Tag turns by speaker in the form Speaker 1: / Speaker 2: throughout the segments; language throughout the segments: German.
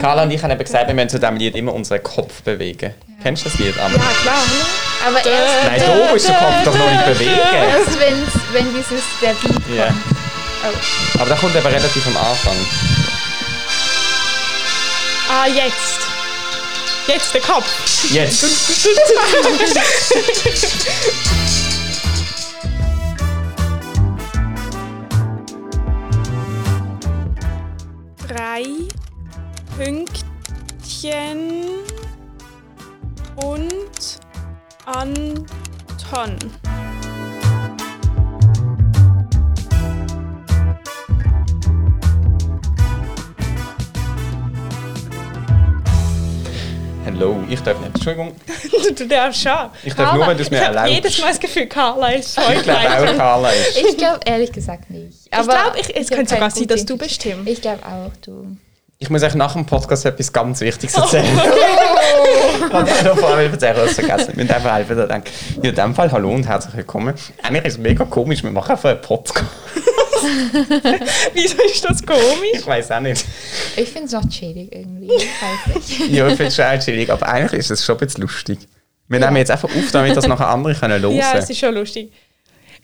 Speaker 1: Carla und ich haben eben gesagt, wir müssen zu diesem Lied immer unseren Kopf bewegen. Kennst du das Lied, Amber?
Speaker 2: Ja, klar.
Speaker 3: Aber erst,
Speaker 1: Nein, da ist der Kopf doch noch nicht bewegen.
Speaker 3: erst wenn's, wenn dieses der Beat
Speaker 1: Ja.
Speaker 3: kommt.
Speaker 1: Aber das kommt eben relativ am Anfang.
Speaker 2: Ah, jetzt. Jetzt der Kopf.
Speaker 1: Jetzt.
Speaker 2: Drei Pünktchen und Anton.
Speaker 1: Hello, ich darf nicht. Entschuldigung.
Speaker 2: Du darfst schon.
Speaker 1: Ich darf nur, wenn du es mir
Speaker 2: ich hab
Speaker 1: erlaubst.
Speaker 2: jedes Mal das Gefühl, Carla ist voll
Speaker 1: Ich glaube auch, Carla ist.
Speaker 3: Ich glaube ehrlich gesagt nicht. Aber
Speaker 2: glaub, ich- es
Speaker 3: hab
Speaker 2: könnte sogar
Speaker 3: keine
Speaker 2: sein,
Speaker 3: gute
Speaker 2: dass du bist,
Speaker 3: Intuition.
Speaker 2: Tim.
Speaker 3: Ich glaube auch, du.
Speaker 1: Ich muss euch nach dem Podcast etwas ganz Wichtiges
Speaker 2: Oh.
Speaker 1: erzählen. Ich habe es noch vorher erzählen, was vergessen. Wir müssen einfach helfen. da denken. Ja, in dem Fall hallo und herzlich willkommen. Eigentlich ist es mega komisch, wir machen einfach einen Podcast.
Speaker 2: Wieso ist das komisch?
Speaker 1: Ich weiß auch nicht.
Speaker 3: Ich finde es noch chillig irgendwie. Weiß nicht.
Speaker 1: Ja, ich finde es schon auch chillig, aber eigentlich ist es schon ein bisschen lustig. Wir
Speaker 3: Ja.
Speaker 1: nehmen jetzt einfach auf, damit das nachher andere können hören
Speaker 2: Ja, es
Speaker 1: können.
Speaker 2: ist schon lustig.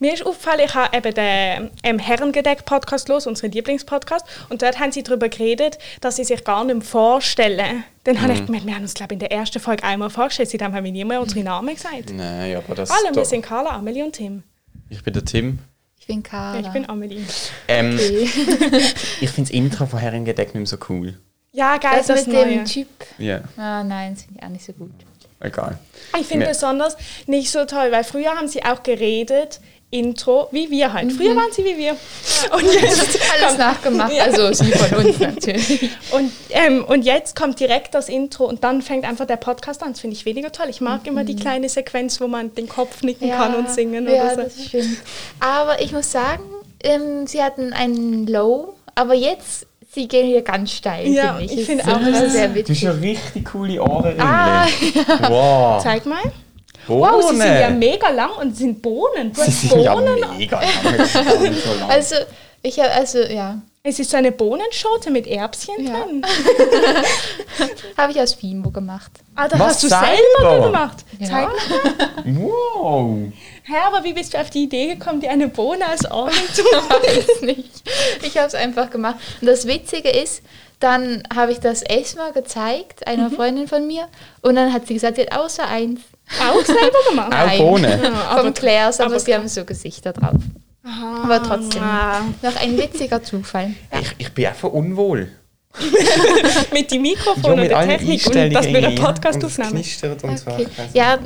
Speaker 2: Mir ist aufgefallen, ich habe eben den ähm, Herrengedeck-Podcast los, unseren Lieblingspodcast, und dort haben sie darüber geredet, dass sie sich gar nicht mehr vorstellen. Dann habe ich gemerkt, wir haben uns, glaube ich, in der ersten Folge einmal vorgestellt, seitdem haben wir nie mehr unsere Namen gesagt.
Speaker 1: Nein, aber das
Speaker 2: Hallo, wir sind Carla, Amelie und Tim.
Speaker 1: Ich bin der Tim.
Speaker 3: Ich bin Carla.
Speaker 2: Ich bin Amelie.
Speaker 1: Ähm,
Speaker 3: okay.
Speaker 1: ich finde das Intro von Herren Gedeck nicht mehr so cool.
Speaker 2: Ja, geil,
Speaker 3: Das,
Speaker 2: das,
Speaker 3: mit
Speaker 2: Neue.
Speaker 3: dem Typ.
Speaker 1: Ja,
Speaker 3: Ah, nein, das finde ich auch nicht so gut.
Speaker 1: egal.
Speaker 2: Ich finde
Speaker 1: Ja.
Speaker 2: besonders nicht so toll, weil früher haben sie auch geredet, Intro, wie wir halt. Früher waren sie wie wir. Und jetzt,
Speaker 3: Mhm. Alles nachgemacht, also sie von uns natürlich.
Speaker 2: und, ähm, und jetzt kommt direkt das Intro und dann fängt einfach der Podcast an. Das finde ich weniger toll. Ich mag immer die kleine Sequenz, wo man den Kopf nicken kann und singen
Speaker 3: Mhm. ja,
Speaker 2: oder so.
Speaker 3: das stimmt. Aber ich muss sagen, ähm, sie hatten einen Low, aber jetzt, sie gehen wieder ganz steil,
Speaker 2: Ja,
Speaker 3: finde ich.
Speaker 2: ich
Speaker 3: Es
Speaker 2: finde
Speaker 3: ist
Speaker 2: auch,
Speaker 3: immer
Speaker 2: es ist-
Speaker 1: Du
Speaker 3: sehr
Speaker 1: hast
Speaker 3: witzig.
Speaker 1: ja richtig coole Ohrringe.
Speaker 3: Ah,
Speaker 1: Wow.
Speaker 2: Zeig mal.
Speaker 1: Bohnen.
Speaker 2: Wow, sie sind ja mega lang und sind Bohnen. Du
Speaker 1: Sie
Speaker 2: hast
Speaker 1: sind ja
Speaker 2: Bohnen.
Speaker 1: mega lang. So lang.
Speaker 3: Also, ich habe, also, ja,
Speaker 2: Es ist so eine Bohnenschote mit Erbschen
Speaker 3: Ja.
Speaker 2: drin.
Speaker 3: habe ich aus Fimo gemacht.
Speaker 2: Ah, das
Speaker 1: Was
Speaker 2: hast du
Speaker 1: selber?
Speaker 2: selber gemacht.
Speaker 3: Ja.
Speaker 2: Zeig mal.
Speaker 1: wow.
Speaker 2: Hä, aber wie bist du auf die Idee gekommen, dir eine Bohne als Ohrring zu machen?
Speaker 3: weiß nicht. Ich habe es einfach gemacht. Und das Witzige ist, dann habe ich das erstmal gezeigt, einer Freundin von mir, und dann hat sie gesagt, sie hat außer eins.
Speaker 2: Auch selber gemacht.
Speaker 1: Auch
Speaker 3: Nein.
Speaker 1: Bohnen.
Speaker 3: vom Claire's, aber,
Speaker 2: aber-
Speaker 3: sie haben so Gesichter drauf. aber trotzdem,
Speaker 2: Ah.
Speaker 3: noch ein witziger Zufall.
Speaker 1: Ich, ich bin einfach unwohl.
Speaker 2: Mit dem Mikrofon
Speaker 1: Ja,
Speaker 2: und der
Speaker 1: allen
Speaker 2: Technik und
Speaker 1: Einstellungen
Speaker 2: dass wir einen
Speaker 1: irgendwie.
Speaker 2: Podcast
Speaker 1: Und es
Speaker 2: aufnehmen.
Speaker 1: knistert und so.
Speaker 3: Okay. Ja,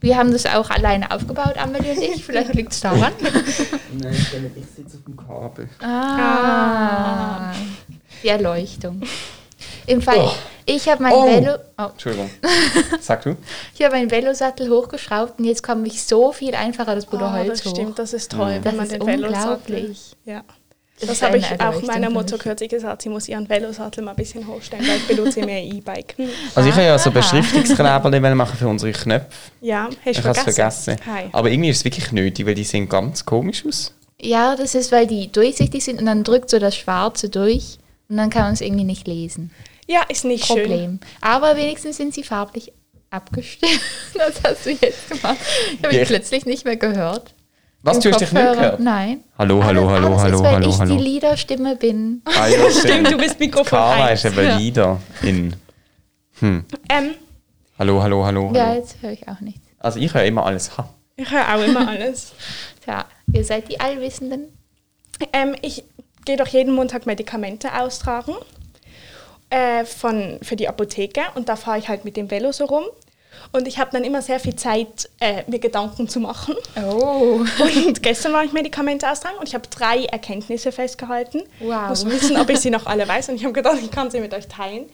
Speaker 3: wir haben das auch alleine aufgebaut, Amelie und ich. Vielleicht liegt es daran.
Speaker 1: Nein, ich sitze auf dem Kabel.
Speaker 3: Ah. Die Erleuchtung. Im Fall,
Speaker 1: Oh.
Speaker 3: ich habe mein
Speaker 1: Oh.
Speaker 3: Velo. Oh.
Speaker 1: Entschuldigung. Sag du?
Speaker 3: Ich habe meinen Velosattel hochgeschraubt und jetzt komme ich so viel einfacher das Bruderholz
Speaker 2: Ah,
Speaker 3: Holz
Speaker 2: das
Speaker 3: hoch.
Speaker 2: stimmt, das ist toll,
Speaker 3: Mhm. Das
Speaker 2: wenn man
Speaker 3: ist
Speaker 2: den Velosattel...
Speaker 3: unglaublich.
Speaker 2: Ja.
Speaker 3: Das
Speaker 2: Das,
Speaker 3: ist
Speaker 2: habe
Speaker 3: eine
Speaker 2: ich auch
Speaker 3: Erleuchtung
Speaker 2: meiner
Speaker 3: für
Speaker 2: Mutter
Speaker 3: mich.
Speaker 2: kürzlich gesagt, sie muss ihren Velosattel mal ein bisschen hochstellen, weil ich benutze immer ein E-Bike. Hm.
Speaker 1: Also ich habe ja so
Speaker 3: Aha.
Speaker 1: Beschriftungskleberchen machen für unsere Knöpfe.
Speaker 2: Ja, hast du
Speaker 1: Ich habe es
Speaker 2: vergessen?
Speaker 1: vergessen.
Speaker 2: Hi.
Speaker 1: Aber irgendwie ist es wirklich nötig, weil die sehen ganz komisch aus.
Speaker 3: Ja, das ist, weil die durchsichtig sind und dann drückt so das Schwarze durch und dann kann man es irgendwie nicht lesen.
Speaker 2: Ja, ist nicht schön.
Speaker 3: Problem. Aber wenigstens sind sie farblich abgestimmt. Das hast du jetzt gemacht. Ich habe
Speaker 1: Ja.
Speaker 3: ich plötzlich nicht mehr gehört.
Speaker 1: Was,
Speaker 3: Im
Speaker 1: du hast dich nicht
Speaker 3: Kopfhörer.
Speaker 1: gehört?
Speaker 3: Nein.
Speaker 1: Hallo, hallo,
Speaker 3: Aber-
Speaker 1: hallo,
Speaker 3: aber das
Speaker 1: hallo,
Speaker 3: ist, weil
Speaker 1: hallo,
Speaker 3: ich
Speaker 1: hallo.
Speaker 3: die Liederstimme bin.
Speaker 1: Ah, ja,
Speaker 2: Stimmt, du bist Mikrofon
Speaker 1: Carla
Speaker 2: eins.
Speaker 1: ist eben wieder in...
Speaker 2: Ähm,
Speaker 1: Hallo, hallo, hallo,
Speaker 3: Ja,
Speaker 1: hallo.
Speaker 3: jetzt höre ich auch nichts.
Speaker 1: Also ich höre immer alles. Ha.
Speaker 2: ich höre auch immer alles.
Speaker 3: Tja, ihr seid die Allwissenden.
Speaker 2: Ähm, ich gehe doch jeden Montag Medikamente austragen äh, von, für die Apotheke und da fahre ich halt mit dem Velo so rum. Und ich habe dann immer sehr viel Zeit, äh, mir Gedanken zu machen.
Speaker 3: Oh.
Speaker 2: Und gestern war ich Medikamente austragen und ich habe drei Erkenntnisse festgehalten.
Speaker 3: Wow.
Speaker 2: Muss wissen, ob ich sie noch alle weiß. Und ich habe gedacht, ich kann sie mit euch teilen.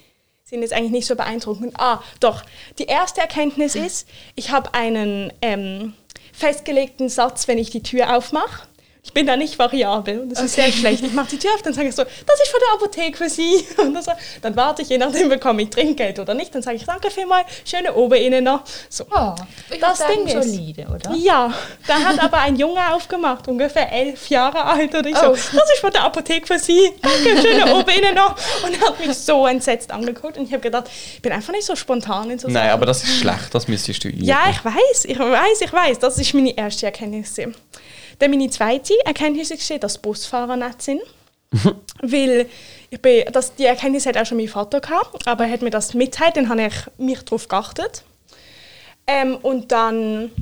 Speaker 2: Sind jetzt eigentlich nicht so beeindruckend. Ah, doch. Die erste Erkenntnis ist, ich habe einen ähm, festgelegten Satz, wenn ich die Tür aufmache. Ich ich bin da nicht variabel. Und das ist sehr schlecht. Ich mache die Tür auf, dann sage ich so, das ist von der Apotheke für Sie. Und das, dann warte ich, je nachdem bekomme ich Trinkgeld oder nicht. Dann sage ich, danke vielmals, schöne Ober Ihnen noch. So.
Speaker 3: Ja, ich
Speaker 2: Das
Speaker 3: würd
Speaker 2: Ding ist-
Speaker 3: solide, oder?
Speaker 2: Ja, da hat aber ein Junge aufgemacht, ungefähr elf Jahre alt. Und ich so,
Speaker 3: Oh.
Speaker 2: das ist von der Apotheke für Sie. Danke, schöne Ober Ihnen noch. Und er hat mich so entsetzt angeguckt. Und ich habe gedacht, ich bin einfach nicht so spontan in so
Speaker 1: Nein, aber das ist schlecht, das müsstest du üben.
Speaker 2: ja, ich weiß, ich weiß, ich weiß. Das ist meine erste Erkenntnis. gewesen. Dann meine zweite Erkenntnis ist, dass Busfahrer nett sind. Weil ich bin, das, die Erkenntnis hat auch schon mein Vater gehabt, aber er hat mir das mitgeteilt, dann habe ich mich darauf geachtet. Ähm, und dann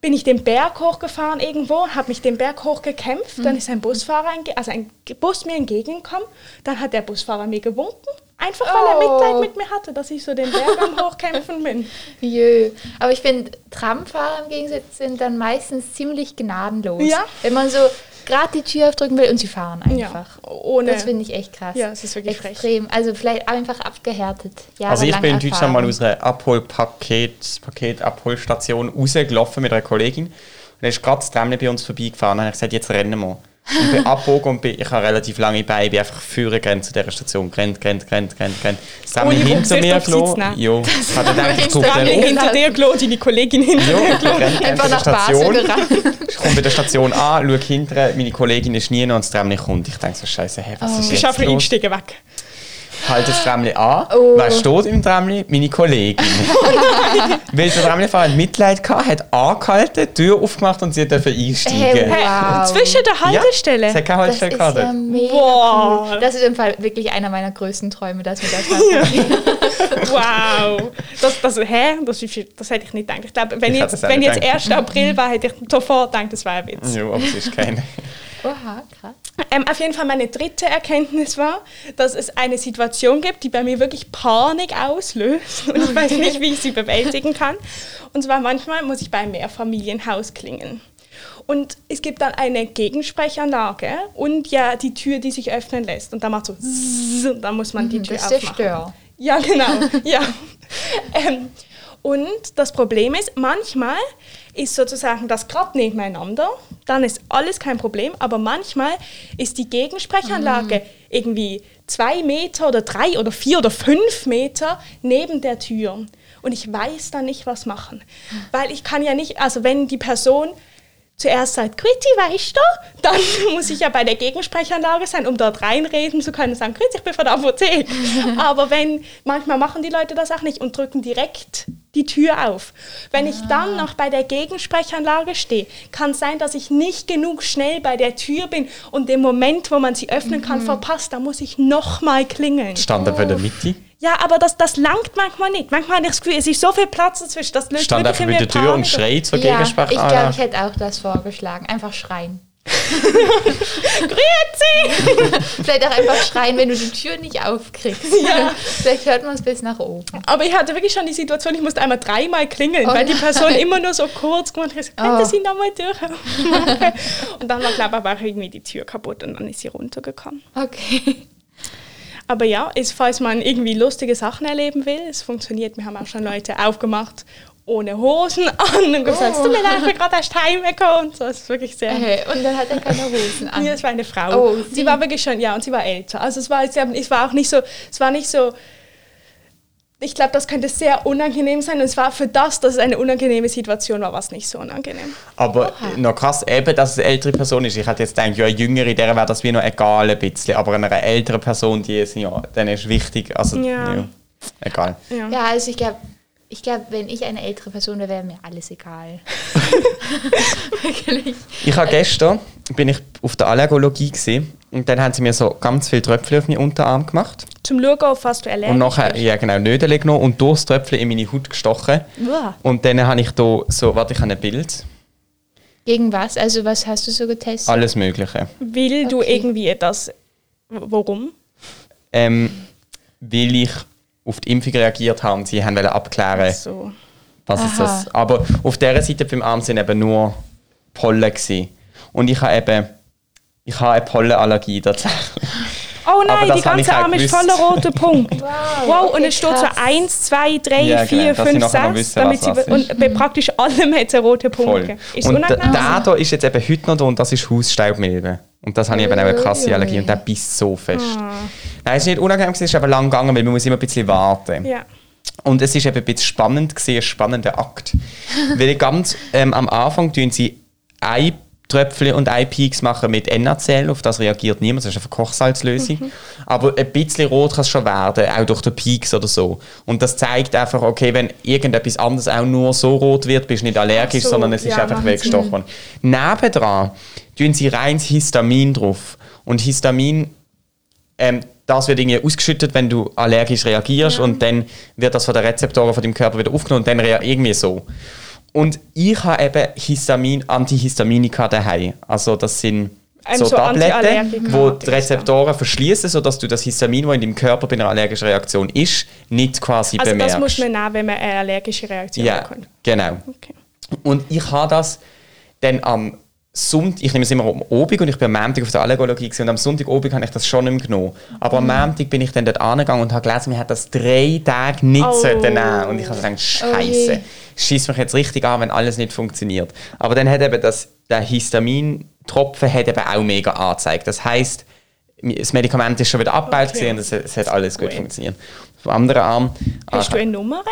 Speaker 2: bin ich den Berg hochgefahren irgendwo, habe mich den Berg hochgekämpft, dann ist ein Busfahrer, entge- also ein G- Bus mir entgegengekommen, dann hat der Busfahrer mir gewunken, einfach weil
Speaker 3: Oh.
Speaker 2: er Mitleid mit mir hatte, dass ich so den Berg am Hochkämpfen bin.
Speaker 3: Jö. Aber ich finde, Tramfahrer im Gegensatz sind dann meistens ziemlich gnadenlos.
Speaker 2: Ja.
Speaker 3: Wenn man so gerade die Tür aufdrücken will und sie fahren einfach.
Speaker 2: Ja, ohne.
Speaker 3: Das finde ich echt krass.
Speaker 2: Ja, es ist wirklich frech.
Speaker 3: Extrem. Also vielleicht einfach abgehärtet.
Speaker 1: Also ich bin in
Speaker 3: jahrelang
Speaker 1: Deutschland mal
Speaker 3: Erfahrung.
Speaker 1: aus einer Abholpaket, Paketabholstation rausgelaufen mit einer Kollegin. Und dann ist gerade das Tram bei uns vorbeigefahren. Dann habe ich gesagt, jetzt rennen wir. Und bin abgebogen und bin, ich habe relativ lange Beine, bin einfach vorgerannt zu dieser Station. Gerannt, gerannt, gerannt, gerannt, gerannt. Das Tram
Speaker 2: Ohne
Speaker 1: ist hinter
Speaker 2: Rücksicht
Speaker 1: mir
Speaker 2: auf Sitz
Speaker 1: geflogen.
Speaker 2: nehmen.
Speaker 1: Jo, ich habe gedacht, ich
Speaker 3: ne? Das
Speaker 1: tue
Speaker 3: Tram
Speaker 2: Daniel
Speaker 1: den
Speaker 3: ist
Speaker 2: hinter
Speaker 3: Irland.
Speaker 2: dir, Glo, deine Kollegin hinter
Speaker 1: Jo,
Speaker 2: dir.
Speaker 1: ich renne
Speaker 3: Einfach
Speaker 1: zur
Speaker 3: nach Basel
Speaker 1: Station.
Speaker 3: gerannt.
Speaker 1: Ich komme bei der Station an, schaue hinterher, meine Kollegin ist nie noch und das Tram nicht kommt. Ich denke so, scheiße, hey,
Speaker 3: Oh.
Speaker 1: was ist
Speaker 2: Ich
Speaker 1: jetzt
Speaker 2: schaffe
Speaker 1: los?
Speaker 2: Einstiege weg.
Speaker 1: halte Halt das Tramli an.
Speaker 3: Oh.
Speaker 1: Wer steht im Tramli? Meine Kollegin. Weil der Tramlifahrer Mitleid hatte, hat angehalten, die Tür aufgemacht und sie dürfen einsteigen.
Speaker 3: Hey,
Speaker 2: Hey,
Speaker 3: Wow.
Speaker 2: Zwischen der
Speaker 1: Ja,
Speaker 2: Haltestelle.
Speaker 1: es hat keine
Speaker 3: Das ist
Speaker 1: Haltestelle gehabt.
Speaker 3: ja mega
Speaker 2: Wow.
Speaker 3: cool. Das ist im Fall wirklich einer meiner größten Träume, dass mir das mal
Speaker 2: Wow. Das, das, hä? Das, ist- das hätte ich nicht gedacht. Ich glaube, wenn
Speaker 1: Ich hätte
Speaker 2: jetzt,
Speaker 1: es auch
Speaker 2: wenn
Speaker 1: nicht
Speaker 2: jetzt
Speaker 1: gedacht.
Speaker 2: 1. April war, hätte ich sofort gedacht, das war ein
Speaker 3: ähm,
Speaker 2: Witz.
Speaker 1: Ja, aber es ist keine.
Speaker 3: Oha, krass.
Speaker 2: Ähm, auf jeden Fall meine dritte Erkenntnis war, dass es eine Situation gibt, die bei mir wirklich Panik auslöst und ich weiß nicht, wie ich sie bewältigen kann. Und zwar manchmal muss ich bei einem Mehrfamilienhaus klingeln. Und es gibt dann eine Gegensprechanlage und ja die Tür, die sich öffnen lässt. Und da macht so zzzz und dann muss man die Tür
Speaker 3: Mhm, Das ist der
Speaker 2: aufmachen.
Speaker 3: Stör.
Speaker 2: Ja, genau. ja. Ähm, und das Problem ist, manchmal ist sozusagen das gerade nebeneinander, dann ist alles kein Problem, aber manchmal ist die Gegensprechanlage irgendwie zwei Meter oder drei oder vier oder fünf Meter neben der Tür. Und ich weiß dann nicht, was machen. Weil ich kann ja nicht, also wenn die Person zuerst sagt, Grüezi, weißt du? Dann muss ich ja bei der Gegensprechanlage sein, um dort reinreden zu können und sagen, Grüezi, ich bin von der Apotheke. Aber wenn, manchmal machen die Leute das auch nicht und drücken direkt die Tür auf. Wenn ich dann
Speaker 1: Ah.
Speaker 2: noch bei der Gegensprechanlage stehe, kann es sein, dass ich nicht genug schnell bei der Tür bin und den Moment, wo man sie öffnen
Speaker 1: Mhm.
Speaker 2: kann, verpasst. Da muss ich nochmal klingeln.
Speaker 1: Stand einfach in der Mitte,
Speaker 2: Ja, aber das, das langt manchmal nicht. Manchmal habe ich das Gefühl, es ist so viel Platz dazwischen, das löst
Speaker 1: stand einfach
Speaker 2: wirklich in
Speaker 1: mit
Speaker 2: mir
Speaker 1: der Tür und
Speaker 2: Panik aus.
Speaker 1: schreit zur
Speaker 3: Ja, ich
Speaker 1: Gegensprache. Ah,
Speaker 3: glaube, ich hätte auch das vorgeschlagen. Einfach schreien.
Speaker 2: Grüezi!
Speaker 3: Vielleicht auch einfach schreien, wenn du die Tür nicht aufkriegst.
Speaker 2: Ja.
Speaker 3: Vielleicht hört man es bis nach oben.
Speaker 2: Aber ich hatte wirklich schon die Situation, ich musste einmal dreimal klingeln,
Speaker 3: Oh
Speaker 2: weil die
Speaker 3: nein.
Speaker 2: Person immer nur so kurz gemacht hat. Ich so,
Speaker 3: Oh.
Speaker 2: Könnte sie nochmal durch? und dann war, glaube ich, aber auch irgendwie die Tür kaputt und dann ist sie runtergekommen.
Speaker 3: Okay.
Speaker 2: Aber ja, ist, falls man irgendwie lustige Sachen erleben will, es funktioniert. Wir haben auch schon Leute aufgemacht ohne Hosen an und gesagt, es tut mir leid, ich bin gerade erst heimgekommen. Und so, es ist wirklich sehr...
Speaker 3: okay. Äh, Und dann hat er keine Hosen an.
Speaker 2: Ja, es war eine Frau.
Speaker 3: Ah. Oh,
Speaker 2: sie.
Speaker 3: sie.
Speaker 2: war wirklich schon, ja, und sie war älter. Also es war, sie haben- es war auch nicht so, es war nicht so. Ich glaube, das könnte sehr unangenehm sein. Und es war für das, dass es eine unangenehme Situation war, war es nicht so unangenehm.
Speaker 1: Aber noch krass, eben, dass es eine ältere Person ist. Ich hätte jetzt gedacht, ja, eine jüngere, der wäre das wie noch egal ein bisschen. Aber einer älteren Person, die ist ja, dann ist wichtig. Also,
Speaker 2: Ja.
Speaker 1: ja. Egal.
Speaker 2: Ja.
Speaker 3: Ja, also ich glaube, ich glaube, wenn ich eine ältere Person wäre, wäre mir alles egal. Wirklich.
Speaker 1: Ich habe gestern bin ich auf der Allergologie gewesen, und dann haben sie mir so ganz viele Tröpfchen auf meinen Unterarm gemacht
Speaker 2: Zum Schauen, fast du erlernt.
Speaker 1: und nachher ja genau Nödel genommen und durchs Tröpfchen in meine Haut gestochen
Speaker 2: Uah.
Speaker 1: und dann habe ich da so warte ich habe ein Bild
Speaker 3: Gegen was? Also was hast du so getestet?
Speaker 1: alles Mögliche
Speaker 2: Will du
Speaker 3: Okay.
Speaker 2: irgendwie das? Warum?
Speaker 1: ähm, weil ich auf die Impfung reagiert habe und sie haben wollen abklären
Speaker 2: So.
Speaker 1: was ist
Speaker 3: Aha.
Speaker 1: das aber auf dieser Seite beim Arm sind eben nur Pollen gewesen. und ich habe eben ich habe eine Pollenallergie tatsächlich
Speaker 2: Oh, Oh nein,
Speaker 1: das
Speaker 2: die
Speaker 1: habe ich
Speaker 2: ganze
Speaker 1: auch
Speaker 2: Arm ist
Speaker 1: gewusst.
Speaker 2: voller roter Punkte.
Speaker 3: Wow,
Speaker 2: Wow, und
Speaker 3: okay,
Speaker 2: es steht so
Speaker 3: krass.
Speaker 2: 1, 2, 3,
Speaker 1: Ja, genau,
Speaker 2: 4,
Speaker 1: dass sie nachher
Speaker 2: 5,
Speaker 1: noch
Speaker 2: 6.
Speaker 1: wissen,
Speaker 2: Damit
Speaker 1: was
Speaker 2: sie,
Speaker 1: was ist.
Speaker 2: und bei praktisch allem hat es einen roten Punkt.
Speaker 1: Voll.
Speaker 2: gegeben. Ist es
Speaker 1: und d-
Speaker 2: unangenehm?
Speaker 1: der da ist jetzt eben heute noch da und das ist Hausstaubmilbe. Und das habe ich eben auch eine
Speaker 2: Äh,
Speaker 1: krasse Allergie und der bist so fest.
Speaker 2: Ah.
Speaker 1: Nein, es ist nicht unangenehm, gewesen, es ist aber lang gegangen, weil man muss immer ein bisschen warten.
Speaker 2: Ja.
Speaker 1: Und es ist eben ein bisschen spannend gewesen, ein spannender Akt. weil ganz ähm, am Anfang tun sie ein Tröpfchen und ein Peaks machen mit NaCl, auf das reagiert niemand, das ist eine Kochsalzlösung. Aber ein bisschen rot kann es schon werden, auch durch den Peaks oder so. Und das zeigt einfach, okay, wenn irgendetwas anderes auch nur so rot wird, bist du nicht allergisch,
Speaker 2: Ach so,
Speaker 1: sondern es ist
Speaker 2: ja,
Speaker 1: einfach
Speaker 2: macht
Speaker 1: weggestochen worden. Nebendran tun sie reines Histamin drauf. Und Histamin ähm, das wird irgendwie ausgeschüttet, wenn du allergisch reagierst und dann wird das von den Rezeptoren von deinem Körper wieder aufgenommen und dann rea- irgendwie so. Und ich habe eben Histamin, Antihistaminika daheim. Also das sind
Speaker 2: Ähm,
Speaker 1: so,
Speaker 2: so
Speaker 1: Tabletten,
Speaker 2: Antiallergika.
Speaker 1: wo die Rezeptoren verschließen, sodass du das Histamin, das in deinem Körper bei einer allergischen Reaktion ist, nicht quasi
Speaker 2: Also
Speaker 1: bemerkst.
Speaker 2: das muss man nehmen, wenn man eine allergische Reaktion
Speaker 1: ja,
Speaker 2: bekommt.
Speaker 1: genau.
Speaker 2: Okay.
Speaker 1: Und ich habe das dann am Sonntag, ich nehme es immer am Obig und ich bin am Montag auf der Allergologie gewesen, und am Sonntag Obig habe ich das schon nicht mehr genommen. Aber
Speaker 2: Mhm.
Speaker 1: am Montag bin ich dann dort angegangen und habe gelesen, man hat das drei Tage nicht
Speaker 2: Oh.
Speaker 1: sollten nehmen Und ich habe gedacht,
Speaker 3: Oh
Speaker 1: Scheiße,
Speaker 3: je.
Speaker 1: schießt mich jetzt richtig an, wenn alles nicht funktioniert. Aber dann hat eben das, der Histamin-Tropfen hat eben auch mega angezeigt. Das heißt, das Medikament ist schon wieder abgebaut
Speaker 2: Okay.
Speaker 1: gewesen und es, es hat alles gut funktioniert. Vom anderen Arm.
Speaker 2: Hast
Speaker 1: ah,
Speaker 2: du eine Nummer?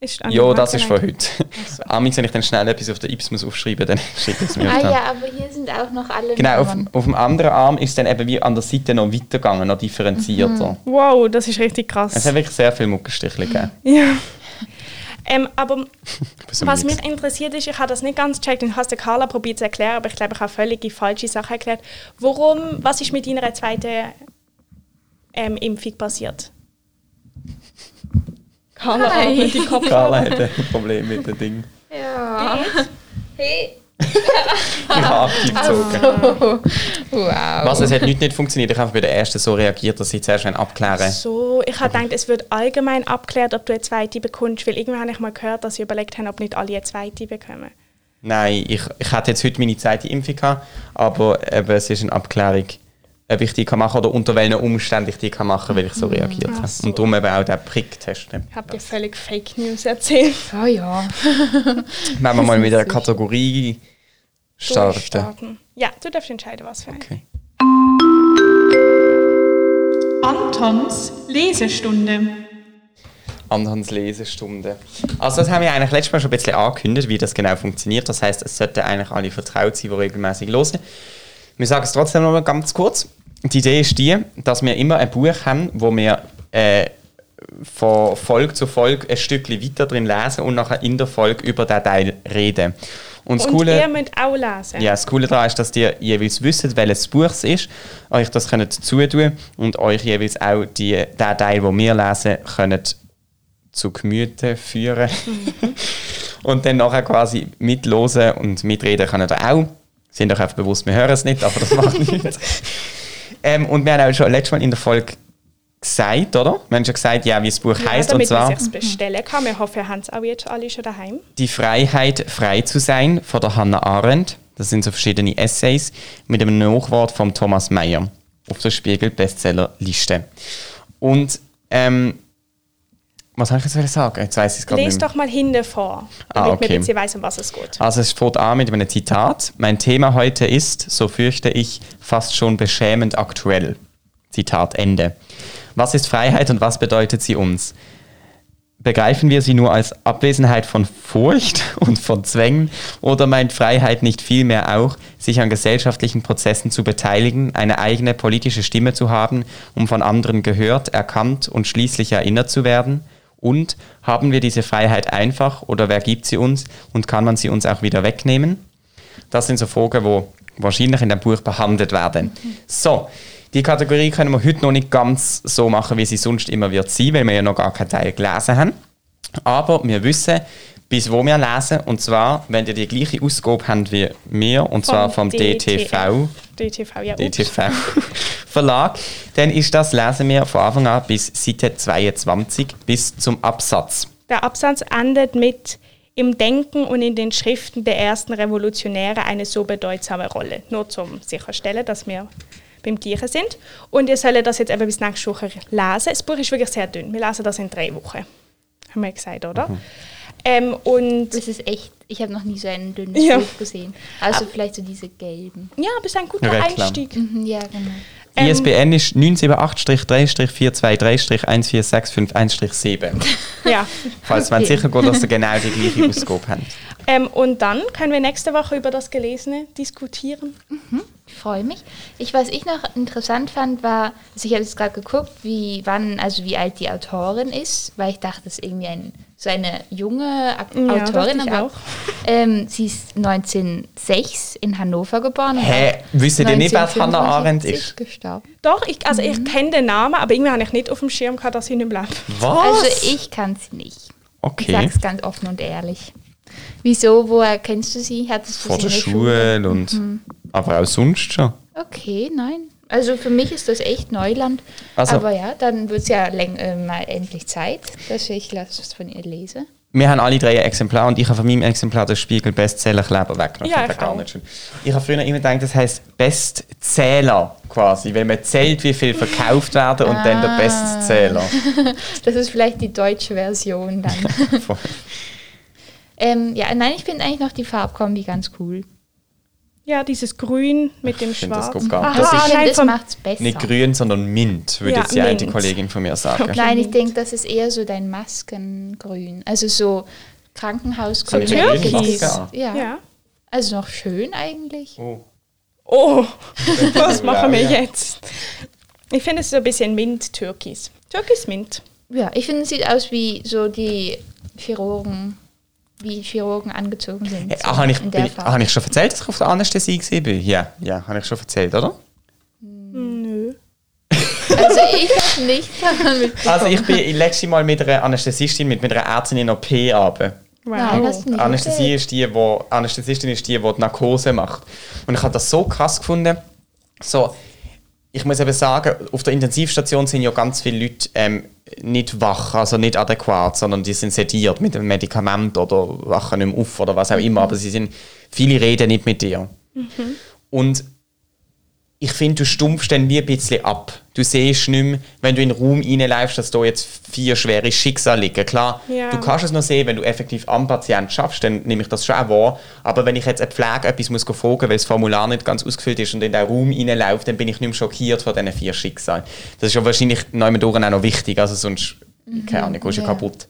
Speaker 2: Ist an
Speaker 1: ja,
Speaker 2: der
Speaker 1: das
Speaker 2: Hand
Speaker 1: ist von
Speaker 2: gemeint?
Speaker 1: heute. Amix, wenn ich dann schnell etwas auf der Ips muss aufschreiben, dann schicke ich es mir.
Speaker 3: Ah
Speaker 1: dann.
Speaker 3: ja, aber hier sind auch noch alle
Speaker 1: Genau, auf,
Speaker 3: Nummern.
Speaker 1: auf dem anderen Arm ist es dann eben wie an der Seite noch weitergegangen, noch differenzierter.
Speaker 3: Mhm.
Speaker 2: Wow, das ist richtig
Speaker 1: Es
Speaker 2: krass.
Speaker 1: hat wirklich sehr viele Muckenstiche gegeben.
Speaker 2: Ja. Ähm, aber
Speaker 1: Ich bin so
Speaker 2: was
Speaker 1: müde.
Speaker 2: mich interessiert ist, ich habe das nicht ganz gecheckt und habe es der Carla probiert zu erklären, aber ich glaube, ich habe völlig falsche Sachen erklärt. Warum, was ist mit deiner zweiten ähm, Impfung passiert? Carla
Speaker 3: Nein.
Speaker 2: atmet die Kopf.
Speaker 1: Carla hat ein Problem mit dem Ding.
Speaker 3: Ja. Hey.
Speaker 1: Ich habe aktiv gezogen.
Speaker 3: Wow.
Speaker 1: Was, es hat nichts nicht funktioniert. Ich habe einfach bei der ersten so reagiert, dass sie zuerst wollen abklären
Speaker 2: So, ich habe gedacht, es wird allgemein abgeklärt, ob du eine zweite bekommst, weil irgendwann habe ich mal gehört, dass sie überlegt haben, ob nicht alle eine zweite bekommen.
Speaker 1: Nein, ich, ich hatte jetzt heute meine zweite Impfung gehabt, aber eben, es ist eine Abklärung, ob ich die kann machen oder unter welchen Umständen ich die kann machen, weil ich so reagiert habe.
Speaker 2: Mhm. so.
Speaker 1: Und darum eben auch den Prick-Test.
Speaker 2: Ich habe dir völlig Fake News erzählt.
Speaker 3: Oh ja.
Speaker 1: Wenn wir mal mit einer Kategorie starten.
Speaker 2: Durchstarten. Ja, du darfst entscheiden, was für eine.
Speaker 1: Okay.
Speaker 4: Antons Lesestunde.
Speaker 1: Antons Lesestunde. Also das haben wir eigentlich letztes Mal schon ein bisschen angekündigt, wie das genau funktioniert. Das heißt, es sollten eigentlich alle vertraut sein, die regelmäßig hören. Wir sagen es trotzdem noch mal ganz kurz. Die Idee ist die, dass wir immer ein Buch haben, wo wir äh, von Folge zu Folge ein Stückchen weiter drin lesen und nachher in der Folge über den Teil reden. Und das
Speaker 2: Und
Speaker 1: Coole-
Speaker 2: ihr müsst auch lesen.
Speaker 1: Ja, das Coole daran ist, dass ihr jeweils wisst, welches Buch es ist, euch das könnt zutun und euch jeweils auch die, den Teil, den wir lesen, könnt zu Gemüte führen.
Speaker 2: Mhm.
Speaker 1: und dann nachher quasi mitlosen und mitreden könnt ihr auch. Sind euch einfach bewusst, wir hören es nicht, aber das macht nichts. Ähm, und wir haben auch schon letztes Mal in der Folge gesagt, oder? Wir haben schon gesagt, ja, wie das Buch
Speaker 2: Ja,
Speaker 1: heisst. Und
Speaker 2: damit
Speaker 1: zwar
Speaker 2: man sich bestellen kann. Wir hoffen, ihr habt es auch jetzt alle schon daheim.
Speaker 1: die Freiheit, frei zu sein von der Hannah Arendt. Das sind so verschiedene Essays mit einem Nachwort von Thomas Mayer auf der Spiegel-Bestsellerliste. Und ähm, was soll ich jetzt wollen sagen? Jetzt weiß ich es gerade
Speaker 2: Lest
Speaker 1: nicht. Mehr.
Speaker 2: doch mal hinten vor,
Speaker 1: Ah,
Speaker 2: damit
Speaker 1: okay.
Speaker 2: man ein bisschen weiss, um was es geht.
Speaker 1: Also es fängt an mit einem Zitat. Mein Thema heute ist, so fürchte ich, fast schon beschämend aktuell. Zitat Ende. Was ist Freiheit und was bedeutet sie uns? Begreifen wir sie nur als Abwesenheit von Furcht und von Zwängen oder meint Freiheit nicht vielmehr auch, sich an gesellschaftlichen Prozessen zu beteiligen, eine eigene politische Stimme zu haben, um von anderen gehört, erkannt und schließlich erinnert zu werden? Und haben wir diese Freiheit einfach oder wer gibt sie uns und kann man sie uns auch wieder wegnehmen? Das sind so Fragen, die wahrscheinlich in dem Buch behandelt werden. So, die Kategorie können wir heute noch nicht ganz so machen, wie sie sonst immer wird sein, weil wir ja noch gar keinen Teil gelesen haben. Aber wir wissen, bis wo wir lesen, und zwar, wenn ihr die gleiche Ausgabe habt wie wir, und zwar vom DTV,
Speaker 2: DTV, ja. ups.
Speaker 1: DTV Verlag, dann ist das Lesen wir von Anfang an bis Seite 22 bis zum Absatz.
Speaker 2: Der Absatz endet mit im Denken und in den Schriften der ersten Revolutionäre eine so bedeutsame Rolle. Nur zum sicherstellen, dass wir beim Tieren sind. Und ihr sollt das jetzt eben bis nächste Woche lesen. Das Buch ist wirklich sehr dünn. Wir lesen das in drei Wochen. Haben wir gesagt, oder? Ähm, und
Speaker 3: Das ist echt, ich habe noch nie so einen dünnen
Speaker 2: Ja.
Speaker 3: Buch gesehen. Also vielleicht so diese gelben.
Speaker 2: ja, das ist ein guter
Speaker 1: Ja, klar.
Speaker 2: Einstieg.
Speaker 3: Mhm, ja, genau.
Speaker 2: Ähm,
Speaker 1: ISBN ist 978-3-423-14651-7.
Speaker 2: Ja.
Speaker 1: Falls man
Speaker 3: Okay.
Speaker 1: sicher geht, dass ihr genau die gleiche Ausgabe habt.
Speaker 2: Ähm, und dann können wir nächste Woche über das Gelesene diskutieren.
Speaker 3: Ich freue mich. Ich, was ich noch interessant fand, war, also ich habe jetzt gerade geguckt, wie wann, also wie alt die Autorin ist, weil ich dachte, es ist irgendwie ein, so eine junge Ak
Speaker 2: Ja, dachte
Speaker 3: Autorin,
Speaker 2: ich
Speaker 3: aber
Speaker 2: auch.
Speaker 3: Ähm, sie ist 1906 in Hannover geboren. und
Speaker 1: Hä? Wisst ihr nicht, wer Hannah Arendt
Speaker 3: 1975
Speaker 1: ist?
Speaker 3: Gestorben.
Speaker 2: Doch, ich, also ich kenne den Namen, aber irgendwie habe ich nicht auf dem Schirm gehabt, dass sie nicht mehr lebt.
Speaker 1: Was?
Speaker 3: Also ich kann sie nicht. Ich
Speaker 1: okay.
Speaker 3: sag's ganz offen und ehrlich. Wieso, woher kennst du sie? Hattest du
Speaker 1: Vor
Speaker 3: sie
Speaker 1: der
Speaker 3: in der
Speaker 1: Schule und. Aber auch sonst schon.
Speaker 3: Okay, nein. Also für mich ist das echt Neuland.
Speaker 1: Also-
Speaker 3: Aber ja, dann wird es ja läng äh, mal endlich Zeit, dass ich das von ihr lese.
Speaker 1: Wir haben alle drei ein Exemplar und ich habe von meinem Exemplar den Spiegel Bestseller-Kleber weggenommen.
Speaker 2: Ja,
Speaker 1: ich
Speaker 2: ich
Speaker 1: gar
Speaker 2: auch.
Speaker 1: nicht schön. Ich habe früher immer gedacht, das heisst Bestzähler quasi, weil man zählt, wie viel verkauft werden und dann der Bestzähler.
Speaker 3: Das ist vielleicht die deutsche Version dann. ähm, ja, nein, ich finde eigentlich noch die Farbkombi ganz cool.
Speaker 2: Ja, dieses Grün mit dem
Speaker 1: Ich finde, das
Speaker 2: Schwarz.
Speaker 1: geht gar
Speaker 3: Aha,
Speaker 1: nicht. Das
Speaker 3: Also ich
Speaker 1: ist
Speaker 3: finde,
Speaker 2: nein,
Speaker 3: das
Speaker 2: vom-
Speaker 3: macht's besser.
Speaker 1: nicht grün, sondern mint, würde
Speaker 2: Ja,
Speaker 1: jetzt die eine
Speaker 2: mint.
Speaker 1: Kollegin von mir sagen.
Speaker 3: Nein, ich denke, das ist eher so dein Maskengrün. Also so Krankenhausgrün.
Speaker 1: So eine grüne
Speaker 3: Türkis.
Speaker 1: Maske an.
Speaker 3: Ja.
Speaker 2: Ja.
Speaker 3: Also noch schön eigentlich.
Speaker 1: Oh.
Speaker 2: Oh, was machen wir
Speaker 1: Ja.
Speaker 2: jetzt? Ich finde es so ein bisschen Mint-Türkis. Türkis-Mint.
Speaker 3: Ja, ich finde, es sieht aus wie so die Chirurgen, wie Chirurgen angezogen sind.
Speaker 1: Hey,
Speaker 3: so
Speaker 1: ah, habe ich,
Speaker 3: in
Speaker 1: bin
Speaker 3: der
Speaker 1: ich, ah,
Speaker 3: Farbe.
Speaker 1: habe ich schon erzählt, dass ich auf der Anästhesie war? Ja, ja, habe ich schon erzählt, oder?
Speaker 2: Nö.
Speaker 3: Also ich habe nicht davon mitbekommen.
Speaker 1: Also ich bin letztes Mal mit einer Anästhesistin, mit, mit einer Ärztin in OP runter.
Speaker 2: Wow.
Speaker 3: Nein,
Speaker 1: Oh.
Speaker 3: hast du nicht.
Speaker 1: Anästhesie ist die, wo, Anästhesistin ist die, die die Narkose macht. Und ich habe das so krass gefunden. So, ich muss eben sagen, auf der Intensivstation sind ja ganz viele Leute ähm, nicht wach, also nicht adäquat, sondern die sind sediert mit einem Medikament oder wachen nicht mehr auf oder was auch immer. Aber sie sind, viele reden nicht mit dir. Und ich finde, du stumpfst dann wie ein bisschen ab. Du siehst nicht mehr, wenn du in den Raum reinläufst, dass da jetzt vier schwere Schicksale liegen. Klar,
Speaker 2: Ja.
Speaker 1: du kannst es noch sehen, wenn du effektiv am Patient schaffst, dann nehme ich das schon auch wahr. Aber wenn ich jetzt eine Pflege etwas muss fragen weil das Formular nicht ganz ausgefüllt ist und in den Raum reinläuft, dann bin ich nicht mehr schockiert von diesen vier Schicksalen. Das ist ja wahrscheinlich neunmal auch noch wichtig, also sonst, keine Ahnung, gehst du
Speaker 3: ja.
Speaker 1: kaputt.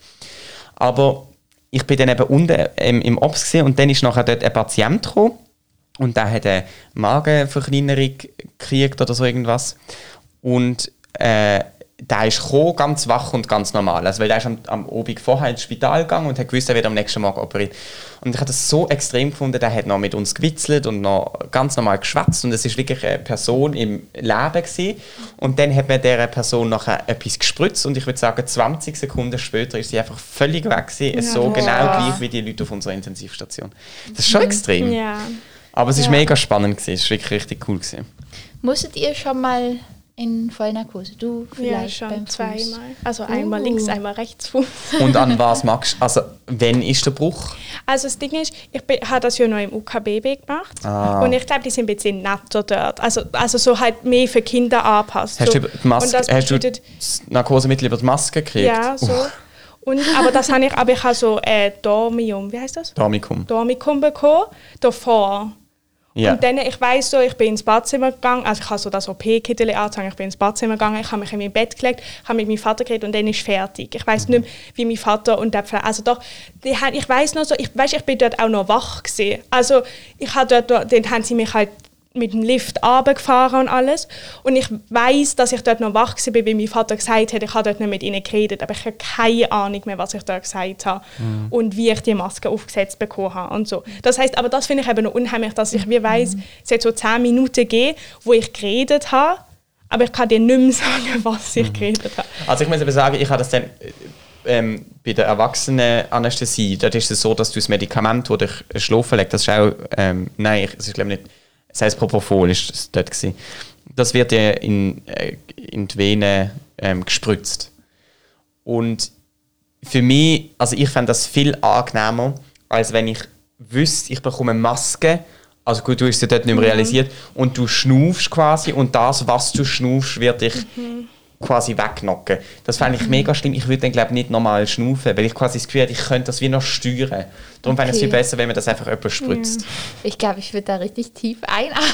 Speaker 1: Aber ich bin dann eben unten ähm, im Ops gewesen und dann ist nachher dort ein Patient gekommen und der hat eine Magenverkleinerung gekriegt oder so irgendwas. Und äh, der ist gekommen, ganz wach und ganz normal. Also, weil der ist am, am Abend vorher ins Spital gegangen und hat gewusst, er wird am nächsten Morgen operiert. Und ich habe das so extrem gefunden, der hat noch mit uns gewitzelt und noch ganz normal geschwätzt. Und es ist wirklich eine Person im Leben. Gewesen. Und dann hat man dieser Person nachher etwas gespritzt. Und ich würde sagen, 20 Sekunden später ist sie einfach völlig weg. Gewesen. so genau gleich wie die Leute auf unserer Intensivstation. Das ist schon
Speaker 3: hm.
Speaker 1: extrem.
Speaker 2: Ja.
Speaker 1: Aber es war mega spannend. Gewesen. Es war wirklich richtig cool. Gewesen.
Speaker 3: Musstet ihr schon mal in Vollnarkose? Du
Speaker 2: ja,
Speaker 3: vielleicht beim
Speaker 2: schon
Speaker 3: Fuß. Uh.
Speaker 2: zweimal. Also einmal links, einmal rechts Fuß.
Speaker 1: Und an was magst du? Also, wenn ist der Bruch?
Speaker 2: Also das Ding ist, ich bin- habe das ja noch im UKBB gemacht
Speaker 1: Ah.
Speaker 2: und ich glaube, die sind ein bisschen netter dort. Also, also so halt mehr für Kinder anpasst.
Speaker 1: Hast
Speaker 2: so.
Speaker 1: du über die Maske,
Speaker 2: und das
Speaker 1: hast du
Speaker 2: bedeutet-
Speaker 1: das Narkosemittel über die Maske gekriegt?
Speaker 2: Ja, so.
Speaker 1: Uff,
Speaker 2: Und, aber das habe ich, aber ich habe so äh, Dormium, wie heißt das?
Speaker 1: Dormicum.
Speaker 2: Dormicum bekommen, davor.
Speaker 1: Ja.
Speaker 2: Und dann, ich weiss so, ich bin ins Badzimmer gegangen, also ich habe so das OP-Kittel angezogen, ich bin ins Badzimmer gegangen, ich habe mich in mein Bett gelegt, habe mit meinem Vater geredet und dann ist fertig. Ich weiss nicht mehr, wie mein Vater und der Pfle also doch, die, haben- ich weiss noch so, ich weiss, ich bin dort auch noch wach gewesen. Also ich habe dort, noch- dann haben sie mich halt mit dem Lift runtergefahren und alles. Und ich weiß, dass ich dort noch wach war, weil mein Vater gesagt hat, ich habe dort nicht mit ihnen geredet, aber ich habe keine Ahnung mehr, was ich da gesagt habe
Speaker 1: Mhm.
Speaker 2: und wie ich die Maske aufgesetzt bekommen habe und so. Das heißt, aber das finde ich eben noch unheimlich, dass ich wie weiß,
Speaker 1: Mhm.
Speaker 2: es hat so 10 Minuten gegeben, wo ich geredet habe, aber ich kann dir nicht mehr sagen, was ich geredet habe.
Speaker 1: Also ich muss aber sagen, ich habe das dann äh, ähm, bei der Erwachsenenanästhesie, dort ist es so, dass du das Medikament, das dich schlafen legt, das ist auch, ähm, nein, ich- es ist glaube ich nicht, es heißt Propofol, ist das dort gewesen. Das wird dir in, äh, in die Venen ähm, gespritzt. Und für mich, also ich fände das viel angenehmer, als wenn ich wüsste, ich bekomme Maske, Also gut, du hast es ja dort nicht mehr
Speaker 3: Mhm.
Speaker 1: realisiert. Und du schnaufst quasi und das, was du schnaufst, wird dich
Speaker 3: Mhm.
Speaker 1: quasi wegknocken. Das fände ich mega schlimm. Ich würde dann, glaube ich, nicht normal schnaufen, weil ich quasi das Gefühl hätte, ich könnte das wie noch steuern. Darum fände ich es
Speaker 3: Okay. Mhm.
Speaker 1: viel besser, wenn man das einfach jemand spritzt.
Speaker 3: Ich glaube, ich würde da richtig tief einatmen.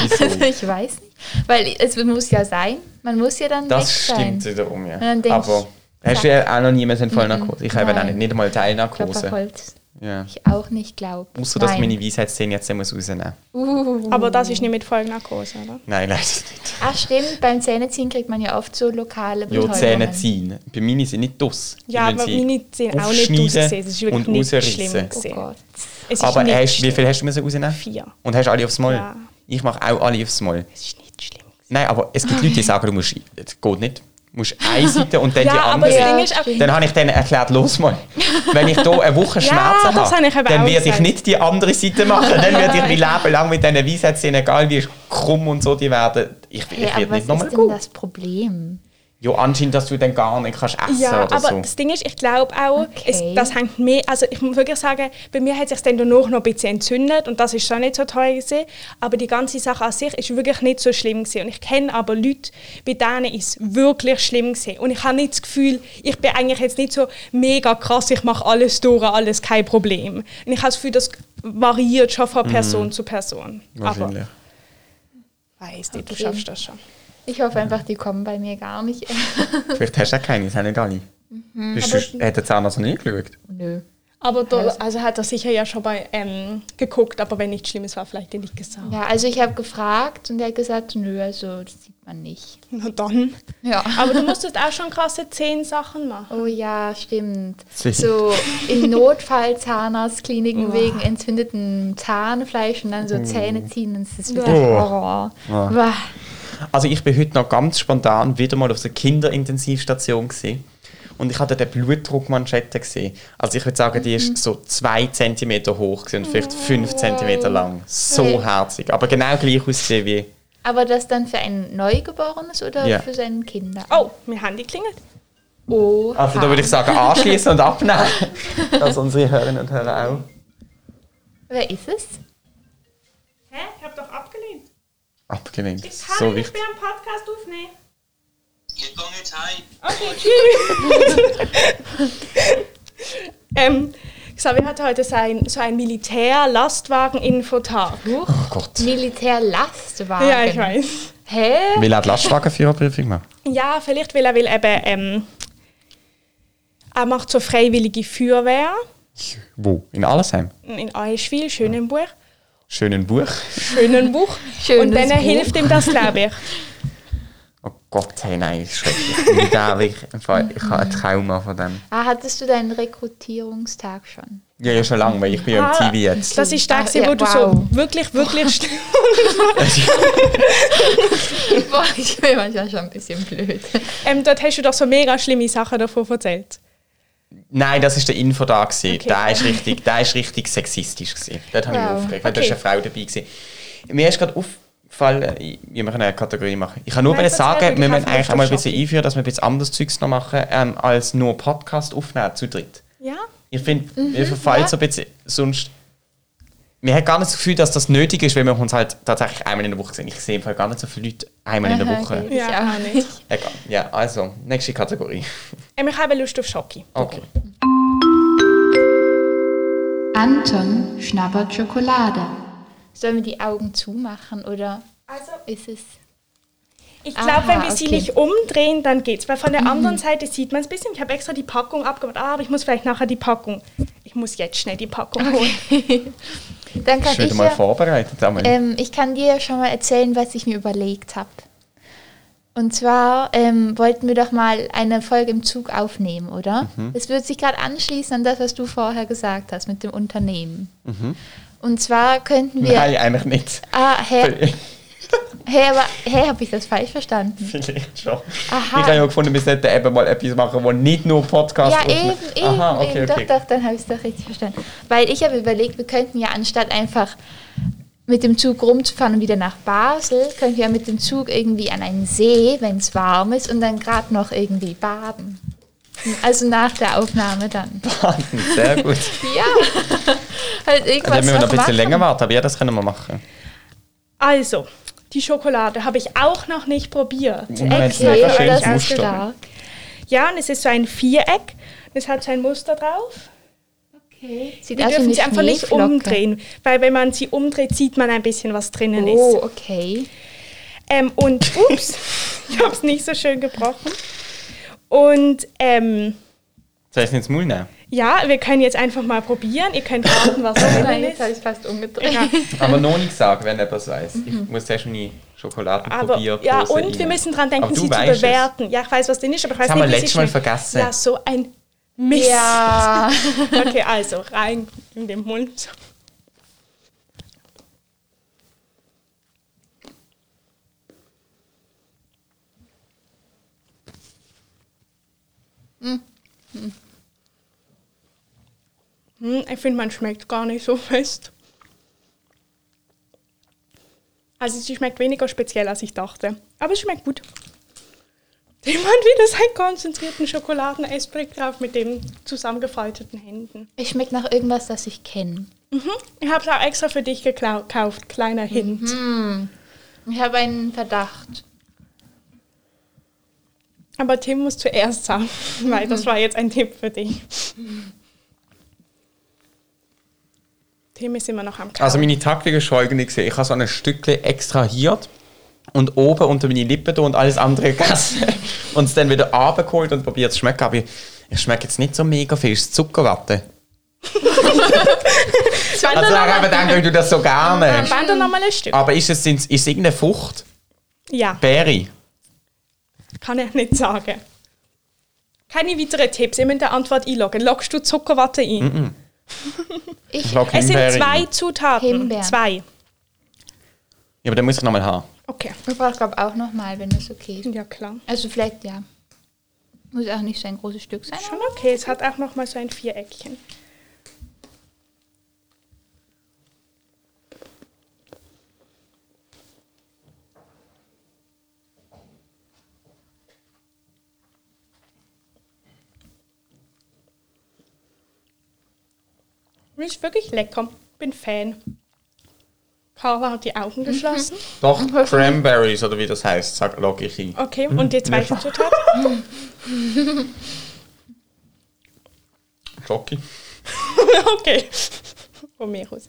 Speaker 3: also ich weiß nicht. Weil es muss ja sein. Man muss ja dann
Speaker 1: Das
Speaker 3: weg sein.
Speaker 1: stimmt wiederum, ja.
Speaker 3: dann denk
Speaker 1: Aber
Speaker 3: ich,
Speaker 1: hast du ja auch noch niemanden voll Narkose? Ich habe
Speaker 3: Nein.
Speaker 1: auch nicht, nicht mal Teilnarkose.
Speaker 3: Klopperholz.
Speaker 1: Ja.
Speaker 3: Ich auch nicht glaube.
Speaker 1: Außer, dass ich meine Weisheitszähne jetzt nicht rausnehmen muss.
Speaker 3: Uh.
Speaker 2: Aber das ist nicht mit Vollnarkose, oder?
Speaker 1: Nein, leider nicht.
Speaker 3: Ach Ah, stimmt, beim Zähneziehen kriegt man ja oft so lokale
Speaker 1: Ja,
Speaker 3: Betäubungen.
Speaker 1: Zähne ziehen. Bei meinen sind nicht das.
Speaker 2: Ja, aber meine sind auch nicht
Speaker 1: aufschneiden
Speaker 2: ausgesehen. Es ist wirklich
Speaker 1: und
Speaker 2: nicht
Speaker 1: rausrissen.
Speaker 2: schlimm
Speaker 3: Oh
Speaker 2: gesehen.
Speaker 3: Gott.
Speaker 2: Es ist
Speaker 1: Aber
Speaker 2: nicht
Speaker 1: hast, wie
Speaker 2: schlimm.
Speaker 1: viel hast du müssen rausnehmen?
Speaker 2: Vier.
Speaker 1: Und hast alle aufs Mal?
Speaker 2: Ja.
Speaker 1: Ich mache auch alle aufs Mal.
Speaker 2: Es ist nicht schlimm.
Speaker 1: Nein, aber es gibt Leute, die sagen, du musst, das geht nicht. Du musst eine Seite und dann
Speaker 2: Ja,
Speaker 1: die
Speaker 2: aber
Speaker 1: andere.
Speaker 2: das
Speaker 3: Ja,
Speaker 2: Ding ist auch,
Speaker 3: stimmt.
Speaker 1: Dann habe ich denen erklärt, los mal, wenn ich hier eine Woche Schmerzen
Speaker 2: das habe ich eben
Speaker 1: habe, dann
Speaker 2: auch
Speaker 1: werde ich
Speaker 2: gesagt.
Speaker 1: nicht die andere Seite machen. Dann werde ich mein Leben lang mit diesen Weisheitszähnen, egal wie krumm und so die werden, ich, ich
Speaker 3: Hey,
Speaker 1: werde
Speaker 3: aber
Speaker 1: nicht
Speaker 3: was
Speaker 1: nochmal
Speaker 3: ist denn
Speaker 1: gut.
Speaker 3: das Problem?
Speaker 1: Ja, anscheinend, dass du dann gar nicht kannst essen
Speaker 2: Ja,
Speaker 1: oder
Speaker 2: aber
Speaker 1: halt so.
Speaker 2: das Ding ist, ich glaube auch,
Speaker 3: Okay.
Speaker 2: es, das hängt mehr, also ich muss wirklich sagen, bei mir hat sich dann danach noch ein bisschen entzündet und das ist schon nicht so toll gewesen, aber die ganze Sache an sich ist wirklich nicht so schlimm gewesen und ich kenne aber Leute, bei denen ist es wirklich schlimm gewesen und ich habe nicht das Gefühl, ich bin eigentlich jetzt nicht so mega krass, ich mache alles durch, alles kein Problem. Und ich habe das Gefühl, das variiert schon von Person zu Person.
Speaker 1: Mhm. Wahrscheinlich.
Speaker 2: Aber weißt du, du
Speaker 3: Okay.
Speaker 2: schaffst das schon.
Speaker 3: Ich hoffe einfach, die kommen bei mir gar nicht.
Speaker 1: Vielleicht hast du auch keine, das haben nicht alle.
Speaker 2: Mhm,
Speaker 1: Bist du, hat der Zahnarzt noch nie geschaut?
Speaker 3: Nö.
Speaker 2: Aber da, also hat er sicher ja schon bei ähm, geguckt, aber wenn nichts Schlimmes war, vielleicht nicht gesagt.
Speaker 3: Ja, also ich habe gefragt und er hat gesagt, nö, also das sieht man nicht.
Speaker 2: Na dann.
Speaker 3: Ja.
Speaker 2: Aber du musstest auch schon krasse zehn Sachen machen.
Speaker 3: Oh ja, stimmt.
Speaker 1: Sie-
Speaker 3: So im Notfall Zahnarztkliniken wegen entzündetem Zahnfleisch und dann so Zähne ziehen, dann ist das wirklich
Speaker 1: Oh.
Speaker 3: Horror. Wah.
Speaker 1: Also ich bin heute noch ganz spontan wieder mal auf der Kinderintensivstation gewesen. Und ich hatte den Blutdruckmanschette gesehen. Also ich würde sagen, die
Speaker 2: Mhm.
Speaker 1: ist so 2 cm hoch gewesen und vielleicht 5 cm lang. So
Speaker 3: Okay.
Speaker 1: herzig. Aber genau gleich ausgesehen wie...
Speaker 3: Aber das dann für ein Neugeborenes oder
Speaker 1: Ja.
Speaker 3: für sein Kinder?
Speaker 2: Oh, mein Handy klingelt.
Speaker 3: Oh.
Speaker 1: Also da würde ich sagen, anschließen und abnehmen. Dass Also, unsere Hörerinnen und Hörer auch.
Speaker 3: Wer ist es?
Speaker 2: Hä? Ich hab doch abgelehnt.
Speaker 1: Abgelehnt. So wichtig.
Speaker 2: einen Podcast aufnehmen.
Speaker 5: Ich gehe jetzt heim.
Speaker 2: Okay, tschüss. ähm, Xavier hatte heute sein, so einen Militär-Lastwagen-Infotag.
Speaker 1: Oh Gott.
Speaker 3: Militärlastwagen.
Speaker 2: Ja, ich weiß.
Speaker 3: Hä?
Speaker 1: Will er die Lastwagenführerprüfung machen?
Speaker 2: Ja, vielleicht will er will eben, ähm, er macht so freiwillige Feuerwehr
Speaker 1: Wo? In Allesheim.
Speaker 2: in Eischwil, Schönenburg.
Speaker 1: Schönen Buch.
Speaker 2: Schönenburg.
Speaker 3: Schönes
Speaker 2: Und dann
Speaker 3: Buch.
Speaker 2: hilft ihm das, glaube ich.
Speaker 1: Oh Gott, hey, nein, ist schrecklich. Mit dem, ich, ich habe einen Trauma von dem.
Speaker 3: Ah, hattest du deinen Rekrutierungstag schon?
Speaker 1: Ja, ja, schon lange, weil ich bin ja im
Speaker 2: Ah.
Speaker 1: TV jetzt.
Speaker 2: Das ist der,
Speaker 3: Ah,
Speaker 2: gewesen,
Speaker 3: ja,
Speaker 2: wo du
Speaker 3: wow.
Speaker 2: so wirklich, wirklich schnell.
Speaker 3: Boah, ich bin manchmal schon ein bisschen blöd.
Speaker 2: Ähm, dort hast du doch so mega schlimme Sachen davon erzählt.
Speaker 1: Nein, das ist der Info da gewesen.
Speaker 2: Okay.
Speaker 1: Der ist richtig, der ist richtig sexistisch gewesen. Dort habe ich
Speaker 3: Wow.
Speaker 1: mich aufgeregt, weil da
Speaker 2: Okay.
Speaker 1: ist eine Frau dabei gewesen. Mir ist gerade aufgefallen, ich- wir müssen eine Kategorie machen. Ich kann nur
Speaker 2: Nein,
Speaker 1: wollen
Speaker 2: erzähl
Speaker 1: sagen,
Speaker 2: du,
Speaker 1: wir
Speaker 2: ich
Speaker 1: müssen
Speaker 2: habe
Speaker 1: eigentlich
Speaker 2: Lust
Speaker 1: einmal ein
Speaker 2: auf
Speaker 1: bisschen
Speaker 2: Shopping.
Speaker 1: einführen, dass wir ein bisschen anderes Zeugs noch machen, ähm, als nur Podcast aufnehmen zu dritt.
Speaker 2: Ja?
Speaker 1: Ich finde,
Speaker 3: Mhm.
Speaker 1: wir verfallen so ein bisschen, sonst... Wir haben gar nicht das Gefühl, dass das nötig ist, weil wir uns halt tatsächlich einmal in der Woche sehen. Ich sehe im Fall gar nicht so viele Leute einmal in der
Speaker 3: Aha,
Speaker 1: Woche.
Speaker 3: okay. Ich
Speaker 2: Ja,
Speaker 3: auch
Speaker 2: auch nicht.
Speaker 1: Egal. Ja, also, nächste Kategorie.
Speaker 2: Ähm, ich habe Lust auf Schoki.
Speaker 1: Okay.
Speaker 4: Anton schnabbert Schokolade.
Speaker 3: Sollen wir die Augen zumachen oder
Speaker 2: Also,
Speaker 3: ist es.
Speaker 2: ich glaube, wenn wir
Speaker 3: Aha,
Speaker 2: sie
Speaker 3: okay. Mhm.
Speaker 2: nicht umdrehen, dann geht's. Weil von der anderen Seite sieht man es ein bisschen. Ich habe extra die Packung abgemacht. Ah, aber ich muss vielleicht nachher die Packung. Ich muss jetzt schnell die Packung holen.
Speaker 3: Dann kann
Speaker 1: Ich bin
Speaker 3: ich,
Speaker 1: wieder mal
Speaker 3: ja,
Speaker 1: vorbereitet. Amelie.
Speaker 3: ähm, ich kann dir ja schon mal erzählen, was ich mir überlegt habe. Und zwar ähm, wollten wir doch mal eine Folge im Zug aufnehmen, oder?
Speaker 1: Mhm.
Speaker 3: Es wird sich gerade anschließen an das, was du vorher gesagt hast mit dem Unternehmen. Und zwar könnten wir.
Speaker 1: Mhm. Nein, eigentlich nicht.
Speaker 3: Ah, hä, hä, aber hä, habe ich das falsch verstanden?
Speaker 1: Vielleicht eh schon.
Speaker 3: Aha.
Speaker 1: Ich habe ja gefunden, wir sollten eben mal etwas machen, wo nicht nur Podcast
Speaker 3: Ja,
Speaker 1: und-
Speaker 3: eben, eben,
Speaker 1: Aha, okay,
Speaker 3: eben.
Speaker 1: okay.
Speaker 3: Doch, doch, dann habe ich es doch richtig verstanden. Weil ich habe überlegt, wir könnten ja anstatt einfach mit dem Zug rumzufahren und wieder nach Basel, könnten wir ja mit dem Zug irgendwie an einen See, wenn es warm ist, und dann gerade noch irgendwie baden. Also nach der Aufnahme dann.
Speaker 1: Sehr gut.
Speaker 3: Ja.
Speaker 1: Dann
Speaker 3: halt irgendwas
Speaker 1: müssen Also wir noch ein bisschen
Speaker 3: machen.
Speaker 1: länger warten, aber ja, das können wir machen.
Speaker 2: Also, die Schokolade habe ich auch noch nicht probiert.
Speaker 1: Und wir haben jetzt
Speaker 3: Okay,
Speaker 1: ein
Speaker 3: aber
Speaker 1: schönes
Speaker 3: das ist
Speaker 1: Muster.
Speaker 3: stark.
Speaker 2: Ja, und es ist so ein Viereck. und Es hat so ein Muster drauf.
Speaker 3: Sieht also
Speaker 2: Wir dürfen
Speaker 3: aus wie eine
Speaker 2: sie einfach nicht
Speaker 3: Schneeflocke.
Speaker 2: umdrehen, weil wenn man sie umdreht, sieht man ein bisschen, was drinnen
Speaker 3: Oh,
Speaker 2: ist.
Speaker 3: okay.
Speaker 2: Ähm, und, ups, ich habe es nicht so schön gebrochen. Und ähm,
Speaker 1: Soll ich es ins Maul nehmen?
Speaker 2: ja, wir können jetzt einfach mal probieren. Ihr könnt raten, was drinnen ist.
Speaker 3: ich fast umgedreht.
Speaker 2: Ja.
Speaker 1: Aber noch nicht sagen, wenn jemand es weiß. Ich muss zuerst meine Schokoladen
Speaker 2: Aber,
Speaker 1: probieren.
Speaker 2: Mhm. ja, und wir müssen dran denken, sie zu bewerten. Ja, ich weiß, was drin ist, aber ich weiß
Speaker 1: haben wir
Speaker 2: nicht, wie
Speaker 1: letztes
Speaker 2: sie
Speaker 1: Mal
Speaker 2: schmeckt.
Speaker 1: vergessen.
Speaker 2: Ja, so ein Mist.
Speaker 3: Ja.
Speaker 2: Okay, also rein in den Mund. Hm, ich finde, man schmeckt gar nicht so fest. Also sie schmeckt weniger speziell, als ich dachte. Aber es schmeckt gut. Jemand wieder seinen konzentrierten Schokoladen-Esprit drauf mit den zusammengefalteten Händen.
Speaker 3: Es schmeckt nach irgendwas, das ich kenne.
Speaker 2: Ich habe es auch extra für dich geklau- gekauft, kleiner Hint.
Speaker 3: Ich habe einen Verdacht.
Speaker 2: Aber Tim muss zuerst sagen, weil das war jetzt ein Tipp für dich. Tim ist immer noch am Kauen.
Speaker 1: Also meine Taktik ist folgende gesehen. Ich habe so ein Stückchen extrahiert und oben unter meine Lippen tun und alles andere gegessen. und es dann wieder abgeholt und probiert zu schmecken. Aber ich, ich schmecke jetzt nicht so mega viel. Es ist Zuckerwatte.
Speaker 2: wenn
Speaker 1: Also
Speaker 2: also,
Speaker 1: ich habe gedacht, weil du das so gerne hast.
Speaker 2: dann nochmal ein Stück.
Speaker 1: Aber ist es, sind- ist es irgendeine Frucht?
Speaker 2: Ja,
Speaker 1: Berry?
Speaker 2: kann ich nicht sagen. Keine weiteren Tipps, ihr müsst eine Antwort einloggen. Loggst du Zuckerwatte ein?
Speaker 3: Ich,
Speaker 1: Log
Speaker 2: Es sind
Speaker 1: Mhm, Himbeere.
Speaker 2: zwei Zutaten.
Speaker 3: Himbeeren.
Speaker 2: Zwei.
Speaker 1: Ja, aber den muss ich nochmal haben.
Speaker 2: Okay.
Speaker 3: ich brauche, glaube auch nochmal, wenn das okay ist.
Speaker 2: Ja, klar.
Speaker 3: Also vielleicht, ja. Muss auch nicht so ein großes Stück sein.
Speaker 2: Schon okay. Es hat auch nochmal so ein Viereckchen. Ist wirklich lecker. Bin Fan. Carla hat die Augen geschlossen.
Speaker 1: Doch,
Speaker 2: Mhm.
Speaker 1: Cranberries oder wie das heißt, sag, log ich ein.
Speaker 2: Okay, und die zweite
Speaker 1: lecker.
Speaker 2: Zutat?
Speaker 1: Jockey.
Speaker 2: Okay. Romeros.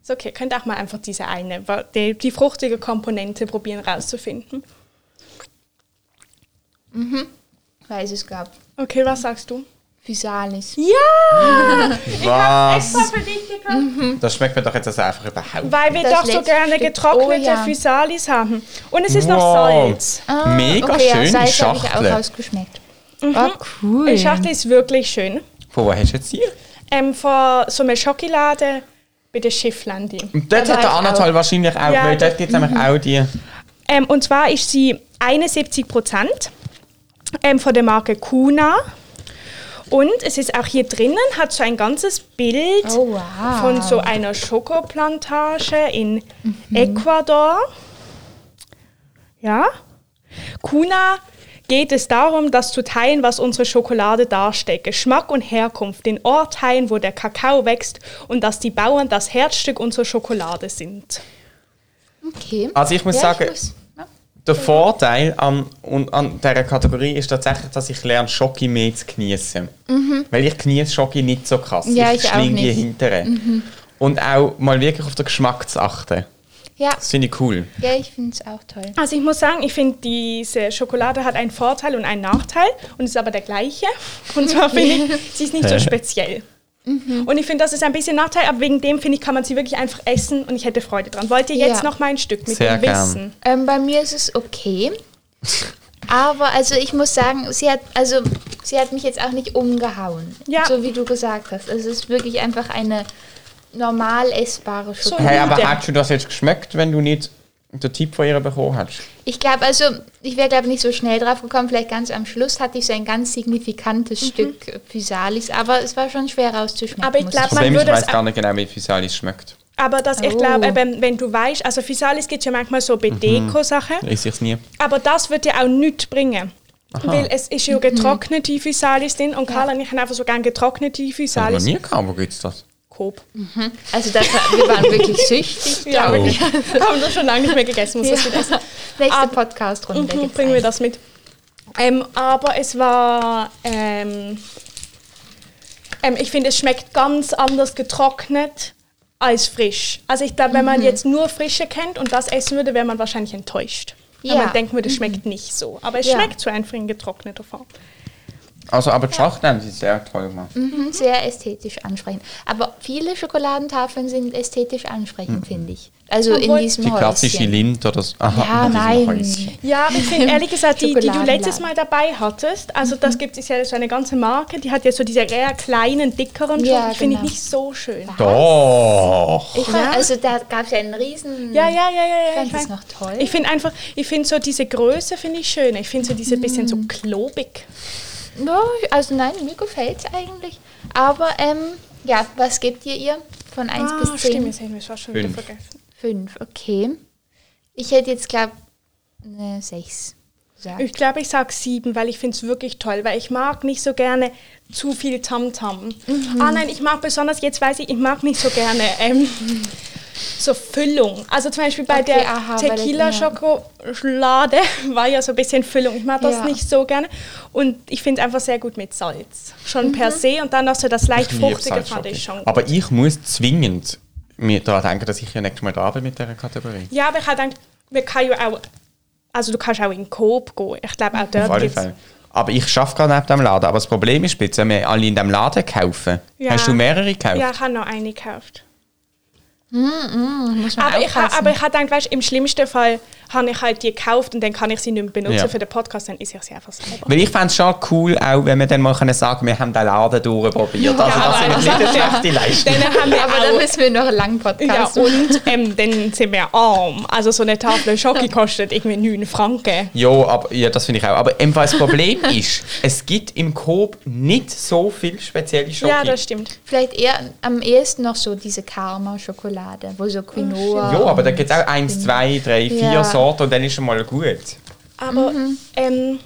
Speaker 2: Ist okay, könnt auch mal einfach diese eine, weil die, die fruchtige Komponente probieren rauszufinden.
Speaker 3: Weiß es gab.
Speaker 2: Okay, was sagst du?
Speaker 3: Physalis.
Speaker 2: Ja!
Speaker 1: Was?
Speaker 2: für dich gekauft.
Speaker 1: Das schmeckt mir doch jetzt also einfach überhaupt
Speaker 2: Weil wir
Speaker 3: Das
Speaker 2: doch so
Speaker 3: letzte
Speaker 2: gerne
Speaker 3: Stück.
Speaker 2: getrocknete
Speaker 3: Oh, ja.
Speaker 2: Physalis haben. Und es ist noch
Speaker 1: Wow.
Speaker 2: Salz.
Speaker 3: Ah,
Speaker 1: Mega
Speaker 3: okay,
Speaker 1: schön,
Speaker 3: ja, Salz habe ich
Speaker 1: Schachtel.
Speaker 3: auch ausgeschmeckt. Oh, cool.
Speaker 2: Die Mhm. Schachtel ist wirklich schön.
Speaker 1: Von wo hast du jetzt die?
Speaker 2: Ähm, von so einer Schokolade bei der Schifflandi.
Speaker 1: Und dort
Speaker 3: Da
Speaker 1: hat der
Speaker 3: war ich
Speaker 1: Anatol wahrscheinlich auch,
Speaker 2: Ja,
Speaker 1: weil dort
Speaker 2: dort-
Speaker 1: gibt es nämlich auch die.
Speaker 2: Ähm, und zwar ist sie 71 Prozent ähm, von der Marke Kuna. Und es ist auch hier drinnen, hat so ein ganzes Bild
Speaker 3: Oh, wow.
Speaker 2: von so einer Schokoplantage in
Speaker 3: Mhm.
Speaker 2: Ecuador. Ja. Kuna geht es darum, das zu teilen, was unsere Schokolade darstellt. Geschmack und Herkunft, den Ort teilen, wo der Kakao wächst und dass die Bauern das Herzstück unserer Schokolade sind.
Speaker 3: Okay.
Speaker 1: Also ich muss
Speaker 3: Ja,
Speaker 1: sagen,
Speaker 3: muss- ja.
Speaker 1: der Vorteil an, und an dieser Kategorie ist tatsächlich, dass ich lerne, Schoki mehr zu genießen. Weil ich genieße Schoki nicht so krass.
Speaker 3: Ja, ich auch
Speaker 1: schlinge die
Speaker 3: nicht.
Speaker 1: hintere. Und auch mal wirklich auf den Geschmack zu achten.
Speaker 3: ja.
Speaker 1: Das finde ich cool.
Speaker 3: ja, ich finde es auch toll.
Speaker 2: Also ich muss sagen, ich finde, diese Schokolade hat einen Vorteil und einen Nachteil und ist aber der gleiche. Und zwar finde ich, sie ist nicht so speziell.
Speaker 3: Mhm.
Speaker 2: Und ich finde, das ist ein bisschen Nachteil, aber wegen dem, finde ich, kann man sie wirklich einfach essen und ich hätte Freude dran. Wollt ihr jetzt
Speaker 3: Ja.
Speaker 2: noch mal ein Stück mit
Speaker 1: Sehr
Speaker 2: dem
Speaker 1: gern.
Speaker 2: Wissen?
Speaker 3: Ähm, bei mir ist es okay. Aber also ich muss sagen, sie hat, also, sie hat mich jetzt auch nicht umgehauen.
Speaker 2: Ja.
Speaker 3: So wie du gesagt hast. Also Es ist wirklich einfach eine normal essbare Schokolade.
Speaker 1: Hey, aber
Speaker 2: Gute.
Speaker 1: hättest du das jetzt geschmeckt, wenn du nicht den Tipp von ihr bekommen hättest?
Speaker 3: Ich glaube, also, ich wäre, glaube nicht so schnell drauf gekommen. Vielleicht ganz am Schluss hatte ich so ein ganz signifikantes Stück äh, Physalis, aber es war schon schwer rauszuschmecken.
Speaker 2: Mhm. Aber ich
Speaker 3: muss
Speaker 2: glaub,
Speaker 3: sagen.
Speaker 1: Problem ist,
Speaker 2: Man
Speaker 1: ich
Speaker 2: würde
Speaker 1: weiß
Speaker 2: es-
Speaker 1: gar nicht genau, wie Physalis schmeckt.
Speaker 2: Aber dass ich
Speaker 3: Oh.
Speaker 2: glaube, eben, wenn du weißt, also Physalis gibt es ja manchmal so bei Deko-Sachen,
Speaker 1: Mhm. Ich sehe es nie.
Speaker 2: aber das wird dir auch nichts bringen. Weil es ist ja
Speaker 3: Mhm.
Speaker 2: getrocknete Physalis drin und Karl und ich haben einfach so gerne getrocknete
Speaker 1: Habe ich noch
Speaker 2: Physalis.
Speaker 1: nie gehabt, wo gibt es das?
Speaker 2: Coop.
Speaker 6: Also das, war- wir waren wirklich süchtig.
Speaker 2: Ja,
Speaker 1: Oh.
Speaker 2: wirklich. Haben das schon lange nicht mehr gegessen, muss ich wieder essen.
Speaker 3: Nächste
Speaker 2: Ab-
Speaker 3: Podcast-Runde.
Speaker 2: Mhm,
Speaker 3: gibt's
Speaker 2: bringen wir
Speaker 3: eins.
Speaker 2: das mit. Ähm, aber es war. Ähm, ähm, ich finde, es schmeckt ganz anders getrocknet als frisch. Also ich glaube, wenn man
Speaker 3: Mhm.
Speaker 2: jetzt nur frische kennt und das essen würde, wäre man wahrscheinlich enttäuscht. Ja.
Speaker 3: Ja. Mhm.
Speaker 2: Weil man denken würde, es schmeckt nicht so. Aber es
Speaker 3: Ja.
Speaker 2: schmeckt so einfach in getrockneter Form.
Speaker 1: Also, aber die Schachteln haben sie sehr toll gemacht.
Speaker 3: Mhm, sehr ästhetisch ansprechend. Aber viele Schokoladentafeln sind ästhetisch ansprechend, finde ich. Also in
Speaker 2: Obwohl-
Speaker 3: diesem
Speaker 1: Die klassische
Speaker 3: Häuschen.
Speaker 1: Lind oder so. Aha,
Speaker 3: Ja,
Speaker 1: das ist ein
Speaker 3: nein.
Speaker 1: Häuschen.
Speaker 2: Ja, aber ich finde ehrlich gesagt, die, die du
Speaker 3: Schokoladenladen.
Speaker 2: letztes Mal dabei hattest, also
Speaker 3: Mhm.
Speaker 2: das gibt es ja so eine ganze Marke, die hat ja so diese eher kleinen, dickeren
Speaker 3: Ja,
Speaker 2: schon. Die finde ich
Speaker 3: genau.
Speaker 2: nicht so schön.
Speaker 1: Doch.
Speaker 3: Ich fand, also da gab es ja einen riesen...
Speaker 2: Ja, ja, ja, ja. ja
Speaker 3: Fand das
Speaker 2: weiß.
Speaker 3: noch toll.
Speaker 2: Ich finde einfach, ich finde so diese Größe finde ich schön. Ich finde so diese bisschen
Speaker 3: Mhm.
Speaker 2: so klobig.
Speaker 3: Ja, also nein, mir gefällt es eigentlich. Aber ähm, ja, was gebt ihr ihr? Von 1 bis 10?
Speaker 2: Ah, stimmt, jetzt haben wir es auch schon wieder
Speaker 1: Fünf.
Speaker 2: vergessen.
Speaker 3: 5, okay. Ich hätte jetzt, glaube ne, 6 gesagt.
Speaker 2: Ich glaube, ich sage sieben, weil ich finde es wirklich toll, weil ich mag nicht so gerne zu viel Tamtam.
Speaker 3: Mhm.
Speaker 2: Ah nein, ich mag besonders, jetzt weiß ich, ich mag nicht so gerne ähm, so Füllung. Also zum Beispiel bei
Speaker 3: Okay,
Speaker 2: der
Speaker 3: aha, weil das-
Speaker 2: Tequila-Schokolade war ja so ein bisschen Füllung. Ich mag das
Speaker 3: Ja.
Speaker 2: nicht so gerne. Und ich finde es einfach sehr gut mit Salz.
Speaker 3: Mhm.
Speaker 2: Schon per se und dann noch so das leicht
Speaker 1: Ich liebe
Speaker 2: Fruchtige fand
Speaker 1: Salzschoki.
Speaker 2: ich schon gut.
Speaker 1: Aber ich muss zwingend mir daran denken, dass ich ja nächstes Mal da bin mit dieser Kategorie.
Speaker 2: Ja, aber ich habe gedacht, wir können ja auch. Also du kannst auch in den Coop gehen. Ich glaube, auch
Speaker 1: Auf
Speaker 2: dort
Speaker 1: alle
Speaker 2: gibt es.
Speaker 1: Fälle. Aber ich arbeite gerade neben dem Laden. Aber das Problem ist, Spitz, wenn wir alle in dem Laden kaufen,
Speaker 2: Ja.
Speaker 1: hast du mehrere gekauft?
Speaker 2: Ja, ich habe noch eine gekauft.
Speaker 3: Mm, muss man
Speaker 2: Aber ich, ha-
Speaker 3: aufpassen.
Speaker 2: aber ich habe gedacht, weißt, im schlimmsten Fall habe ich halt die gekauft und dann kann ich sie nicht mehr benutzen
Speaker 1: Ja.
Speaker 2: für den Podcast, dann ist ich sie einfach selber.
Speaker 1: Weil ich fände es schon cool, auch wenn wir dann mal können sagen wir haben den Laden durchprobiert. Also, das
Speaker 2: aber-
Speaker 1: ist nicht eine schlechte Leistung.
Speaker 2: Dann haben wir
Speaker 3: Aber dann
Speaker 2: auch,
Speaker 3: müssen wir noch einen langen
Speaker 2: ja,
Speaker 3: Podcast machen.
Speaker 2: und ähm, dann sind wir arm. Also so eine Tafel Schoki kostet irgendwie 9 Franken.
Speaker 1: Ja, aber, ja, das finde ich auch. Aber ähm, das Problem ist, es gibt im Coop nicht so viel spezielle Schoki.
Speaker 2: Ja, das stimmt.
Speaker 3: Vielleicht eher am ehesten noch so diese Karma-Schokolade, wo
Speaker 2: Ah,
Speaker 3: so Quinoa.
Speaker 1: Ja, aber da gibt es auch eins, zwei, drei, vier
Speaker 3: Ja.
Speaker 1: Sorten und dann ist schon mal gut.
Speaker 2: Aber ähm,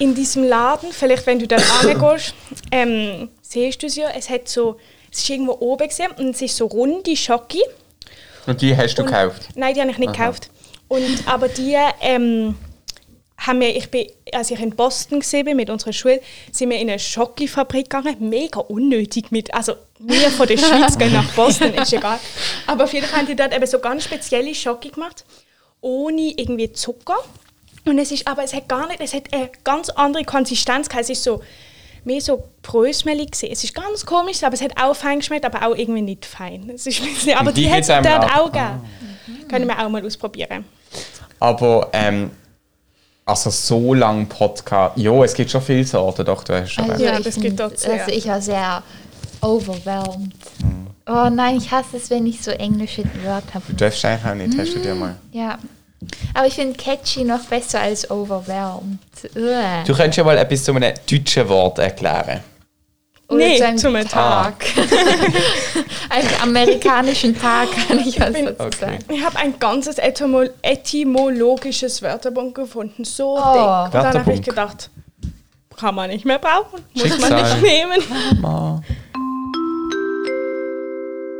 Speaker 2: in diesem Laden, vielleicht wenn du dann angehst, ähm, siehst du es ja, es hat so, es ist irgendwo oben gesehen und es ist so runde Schoki.
Speaker 1: Und die hast du gekauft.
Speaker 2: Nein, die habe ich nicht gekauft. Und, aber die ähm, haben wir, ich bin, als ich in Boston war mit unserer Schule, sind wir in eine Schokifabrik gegangen. Mega unnötig mit, also wir von der Schweiz gehen nach Boston, ist egal. Aber auf jeden Fall haben die dort eben so ganz spezielle Schoki gemacht, ohne irgendwie Zucker. Und es ist, aber es hat gar nicht, es hat eine ganz andere Konsistenz gehabt. Es ist so, mehr so brösmelig gewesen. Es ist ganz komisch, aber es hat auch fein geschmeckt, aber auch irgendwie nicht fein. Es ist, aber
Speaker 1: Und die
Speaker 2: die, hat
Speaker 1: gibt's
Speaker 2: es dort
Speaker 1: einem auch? Ah.
Speaker 2: auch gegeben. Können wir auch mal ausprobieren.
Speaker 1: Aber, ähm, also so lang Podcast. Jo, es gibt schon viele Sorten, doch, du hast schon
Speaker 3: Also
Speaker 1: recht.
Speaker 2: Ah, Ja,
Speaker 3: ich
Speaker 2: das
Speaker 3: bin-
Speaker 2: geht dort sehr.
Speaker 3: Also ich war sehr overwhelmed. Oh nein, ich hasse es, wenn ich so englische Wörter habe.
Speaker 1: Du darfst eigentlich auch nicht, hast du dir mal.
Speaker 2: Mm.
Speaker 3: Ja. Aber ich finde catchy noch besser als overwhelmed. Uah.
Speaker 1: Du könntest ja mal etwas zu einem deutschen Wort erklären.
Speaker 3: Oder
Speaker 2: Nee,
Speaker 3: zu einem
Speaker 2: zum Ah.
Speaker 3: Tag. einem amerikanischen Tag kann ich was
Speaker 2: bin-
Speaker 3: dazu sagen.
Speaker 2: Ich habe ein ganzes Etymo etymologisches Wörterbuch gefunden. So
Speaker 3: Oh.
Speaker 2: dick. Und dann habe ich
Speaker 1: Wörterbuch.
Speaker 2: gedacht, kann man nicht mehr brauchen. Muss man
Speaker 1: Schicksal.
Speaker 2: nicht nehmen.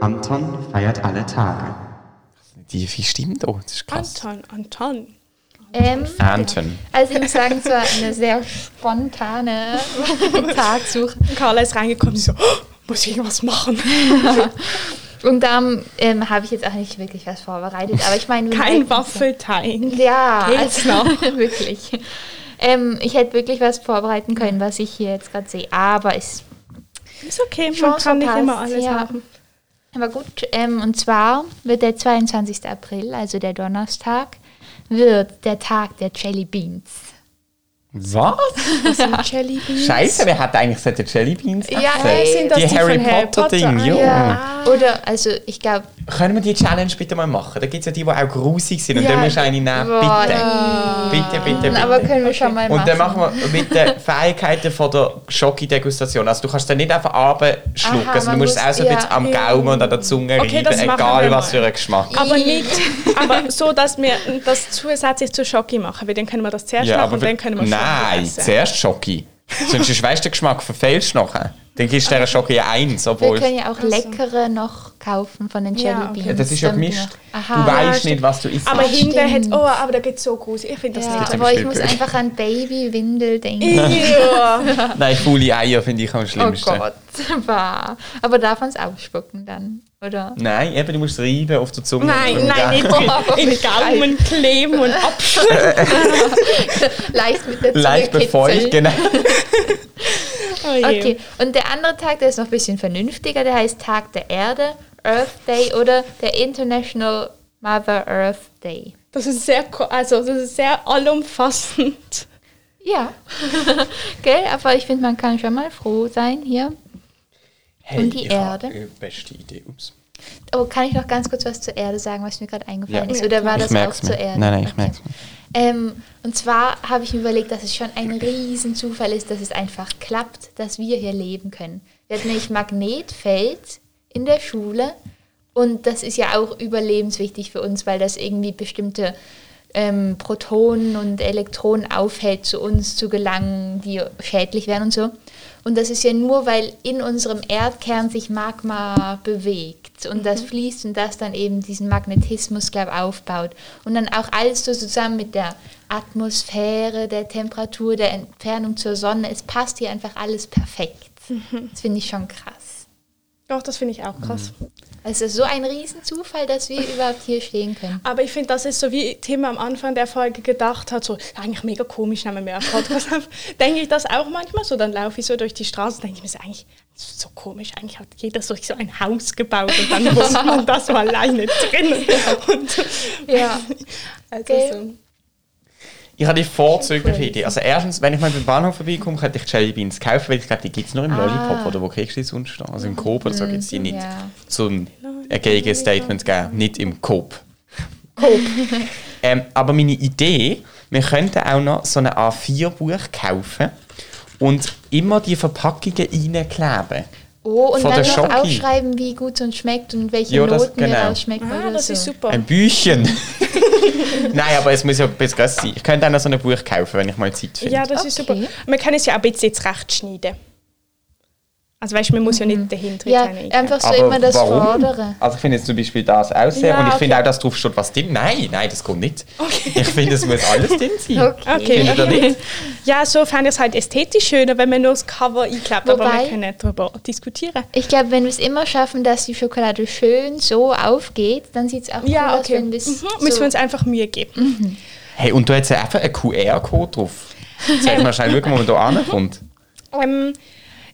Speaker 1: Anton feiert alle Tage. Die viel stimmt doch, das ist krass.
Speaker 2: Anton, Anton.
Speaker 3: Ähm,
Speaker 1: Anton.
Speaker 3: also ich muss sagen, es war eine sehr spontane Tagsuche.
Speaker 2: Carla ist reingekommen und so, oh, muss ich irgendwas machen?
Speaker 3: Und darum ähm, habe ich jetzt auch nicht wirklich was vorbereitet. Aber ich meine, halt wir
Speaker 2: Kein
Speaker 3: merken es ja.
Speaker 2: Waffelteig.
Speaker 3: Ja,
Speaker 2: Geht's
Speaker 3: also wirklich. Ähm, ich hätte wirklich was vorbereiten können, was ich hier jetzt gerade sehe. Aber es
Speaker 2: Ist okay, man
Speaker 3: Chance
Speaker 2: kann nicht
Speaker 3: verpasst,
Speaker 2: immer alles
Speaker 3: ja.
Speaker 2: haben.
Speaker 3: Aber gut, ähm, und zwar wird der 22. April, also der Donnerstag, wird der Tag der Jelly Beans.
Speaker 1: Was?
Speaker 2: Jelly Beans.
Speaker 1: Scheiße, wer hat eigentlich solche Jelly Beans?
Speaker 3: Ja,
Speaker 1: essen?
Speaker 3: ey,
Speaker 2: sind das die von Harry Potter?
Speaker 1: Ding,
Speaker 2: Ah,
Speaker 1: ja.
Speaker 3: Oder, also ich glaube,
Speaker 1: Können wir die Challenge bitte mal machen? Da gibt es ja die, die auch grusig sind und
Speaker 3: Ja.
Speaker 1: dann müssen wir eine nehmen.
Speaker 3: Boah,
Speaker 1: Bitte. bitte. Bitte, bitte,
Speaker 3: aber können wir schon mal
Speaker 1: Und dann
Speaker 3: machen.
Speaker 1: machen wir mit den Fähigkeiten von der Schoki-Degustation. Also du kannst den nicht einfach abschlucken,
Speaker 3: Aha,
Speaker 1: sondern
Speaker 3: man
Speaker 1: du musst es
Speaker 3: muss-
Speaker 1: auch so ein
Speaker 3: ja.
Speaker 1: bisschen am Gaumen und an der Zunge
Speaker 2: Okay, das
Speaker 1: reiben,
Speaker 2: machen
Speaker 1: egal
Speaker 2: wir
Speaker 1: was
Speaker 2: mal.
Speaker 1: für ein Geschmack.
Speaker 2: Aber nicht, aber so, dass wir das zusätzlich zu Schoki machen, weil dann können wir das zuerst
Speaker 1: Ja,
Speaker 2: machen
Speaker 1: aber
Speaker 2: und dann können wir
Speaker 1: nein, Nein, zuerst Schoki. Sonst ist, weißt du, den Geschmack verfehlst du nachher. Dann gibst du dieser Schoki eins,
Speaker 3: Wir
Speaker 1: obwohl...
Speaker 3: können ja auch leckere noch kaufen von den
Speaker 2: Ja,
Speaker 3: Jelly
Speaker 2: okay.
Speaker 3: Beans.
Speaker 1: Ja, das ist ja
Speaker 3: damit
Speaker 1: gemischt.
Speaker 3: wir-
Speaker 1: du
Speaker 3: Aha.
Speaker 1: weißt nicht, was du isst.
Speaker 2: Aber
Speaker 3: Ach,
Speaker 2: hinten hat
Speaker 3: stimmt.
Speaker 2: oh, aber da geht so groß. Ich finde das
Speaker 3: Ja,
Speaker 1: gibt's
Speaker 2: nicht.
Speaker 1: im
Speaker 3: aber ich muss
Speaker 1: Spielplan.
Speaker 3: einfach an Babywindel denken.
Speaker 2: Ja.
Speaker 1: Nein, faule Eier finde ich am
Speaker 3: Oh
Speaker 1: schlimmsten.
Speaker 3: Gott, bah. Aber darf man es ausspucken dann, oder?
Speaker 1: Nein, eben, du musst reiben auf der Zunge.
Speaker 2: Nein, nein, nicht
Speaker 3: Oh,
Speaker 2: in den
Speaker 3: wie
Speaker 2: Gaumen kleben und abschneiden.
Speaker 3: Leicht mit der Zunge
Speaker 1: Leicht befeucht,
Speaker 3: kitzeln.
Speaker 1: genau.
Speaker 3: Okay, und der andere Tag, der ist noch ein bisschen vernünftiger, der heißt Tag der Erde, Earth Day oder der International Mother Earth Day.
Speaker 2: Das ist sehr, ko- also das ist sehr allumfassend.
Speaker 3: Ja, gell, aber ich finde, man kann schon mal froh sein hier.
Speaker 1: Hey,
Speaker 3: Und die
Speaker 1: ich hab
Speaker 3: Erde?
Speaker 1: die Beste Idee. Ups.
Speaker 3: Oh, kann ich noch ganz kurz was zur Erde sagen, was mir gerade eingefallen
Speaker 1: Ja.
Speaker 3: ist? Oder Also, war
Speaker 1: Ich
Speaker 3: das auch
Speaker 1: merk's
Speaker 3: zur
Speaker 1: mir.
Speaker 3: Erde?
Speaker 1: Nein, nein, ich merk's mir.
Speaker 3: Ähm, und zwar habe ich mir überlegt, dass es schon ein Riesenzufall ist, dass es einfach klappt, dass wir hier leben können. Wir hatten nämlich Magnetfeld in der Schule und das ist ja auch überlebenswichtig für uns, weil das irgendwie bestimmte ähm, Protonen und Elektronen aufhält, zu uns zu gelangen, die schädlich wären und so. Und das ist ja nur, weil in unserem Erdkern sich Magma bewegt und
Speaker 2: Mhm.
Speaker 3: das fließt und das dann eben diesen Magnetismus, glaube ich, aufbaut. Und dann auch alles so zusammen mit der Atmosphäre, der Temperatur, der Entfernung zur Sonne. Es passt hier einfach alles perfekt.
Speaker 2: Mhm.
Speaker 3: Das finde ich schon krass.
Speaker 2: Doch, das finde ich auch krass.
Speaker 3: Es ist so ein Riesenzufall, dass wir überhaupt hier stehen können.
Speaker 2: Aber ich finde, das ist so, wie Tim am Anfang der Folge gedacht hat, so, eigentlich mega komisch, nehmen wir einen Podcast auf. denke ich das auch manchmal so, dann laufe ich so durch die Straße und denke ich mir, so, eigentlich das ist so komisch, eigentlich hat jeder so, so ein Haus gebaut und dann muss man da so alleine drin. Und,
Speaker 3: Ja.
Speaker 2: also
Speaker 3: Gell?
Speaker 2: so.
Speaker 1: Ich habe die vorzügliche Idee. Also erstens, wenn ich mal beim Bahnhof vorbeikomme, könnte ich die Jelly Beans kaufen, weil ich glaube, die gibt es nur im Lollipop oder wo kriegst du die sonst noch? Also im Coop oder so gibt es die nicht.
Speaker 3: ja.
Speaker 1: So ein ein Gegenstatement geben, nicht im Coop. Coop. ähm, aber meine Idee, wir könnten auch noch so ein A4-Buch kaufen und immer die Verpackungen reinkleben.
Speaker 3: Oh, und
Speaker 1: Von
Speaker 3: dann
Speaker 1: der
Speaker 3: noch
Speaker 1: Schoki.
Speaker 3: aufschreiben, wie gut es uns schmeckt und welche
Speaker 1: Ja, das-
Speaker 3: Noten wir
Speaker 1: genau.
Speaker 3: rausschmecken.
Speaker 2: Ah,
Speaker 3: oder
Speaker 2: das
Speaker 3: so.
Speaker 2: ist super.
Speaker 1: Ein Büchchen. Nein, aber es muss ja etwas grösser sein. Ich könnte auch noch so ein Buch kaufen, wenn ich mal Zeit finde.
Speaker 2: Ja, das ist super.
Speaker 3: Okay.
Speaker 2: Man kann es ja auch ein bisschen zurechtschneiden. Also weißt du, man muss ja nicht dahinter
Speaker 3: Mhm. Ja,
Speaker 2: rein.
Speaker 3: einfach so immer das Vordere.
Speaker 1: Also ich finde jetzt zum Beispiel das auch sehr
Speaker 2: Ja,
Speaker 1: und ich
Speaker 2: okay.
Speaker 1: finde auch, dass drauf steht, was drin. Nein, nein, das kommt nicht. Ich finde, es muss alles drin sein.
Speaker 2: Okay,
Speaker 1: Findet ihr
Speaker 2: okay.
Speaker 1: nicht?
Speaker 2: Ja, so fände ich es halt ästhetisch schöner, wenn man nur das Cover einklebt, aber
Speaker 3: Wobei-
Speaker 2: wir können darüber diskutieren.
Speaker 3: Ich glaube, wenn wir es immer schaffen, dass die Schokolade schön so aufgeht, dann sieht es auch
Speaker 2: Ja,
Speaker 3: cool aus,
Speaker 2: okay.
Speaker 3: wenn
Speaker 2: Mhm.
Speaker 3: das so Mhm.
Speaker 2: Müssen wir uns einfach Mühe geben.
Speaker 1: Hey, und da hat ja einfach einen QR-Code drauf. Jetzt mal schnell schauen, wo man da ankommt.
Speaker 2: Ähm,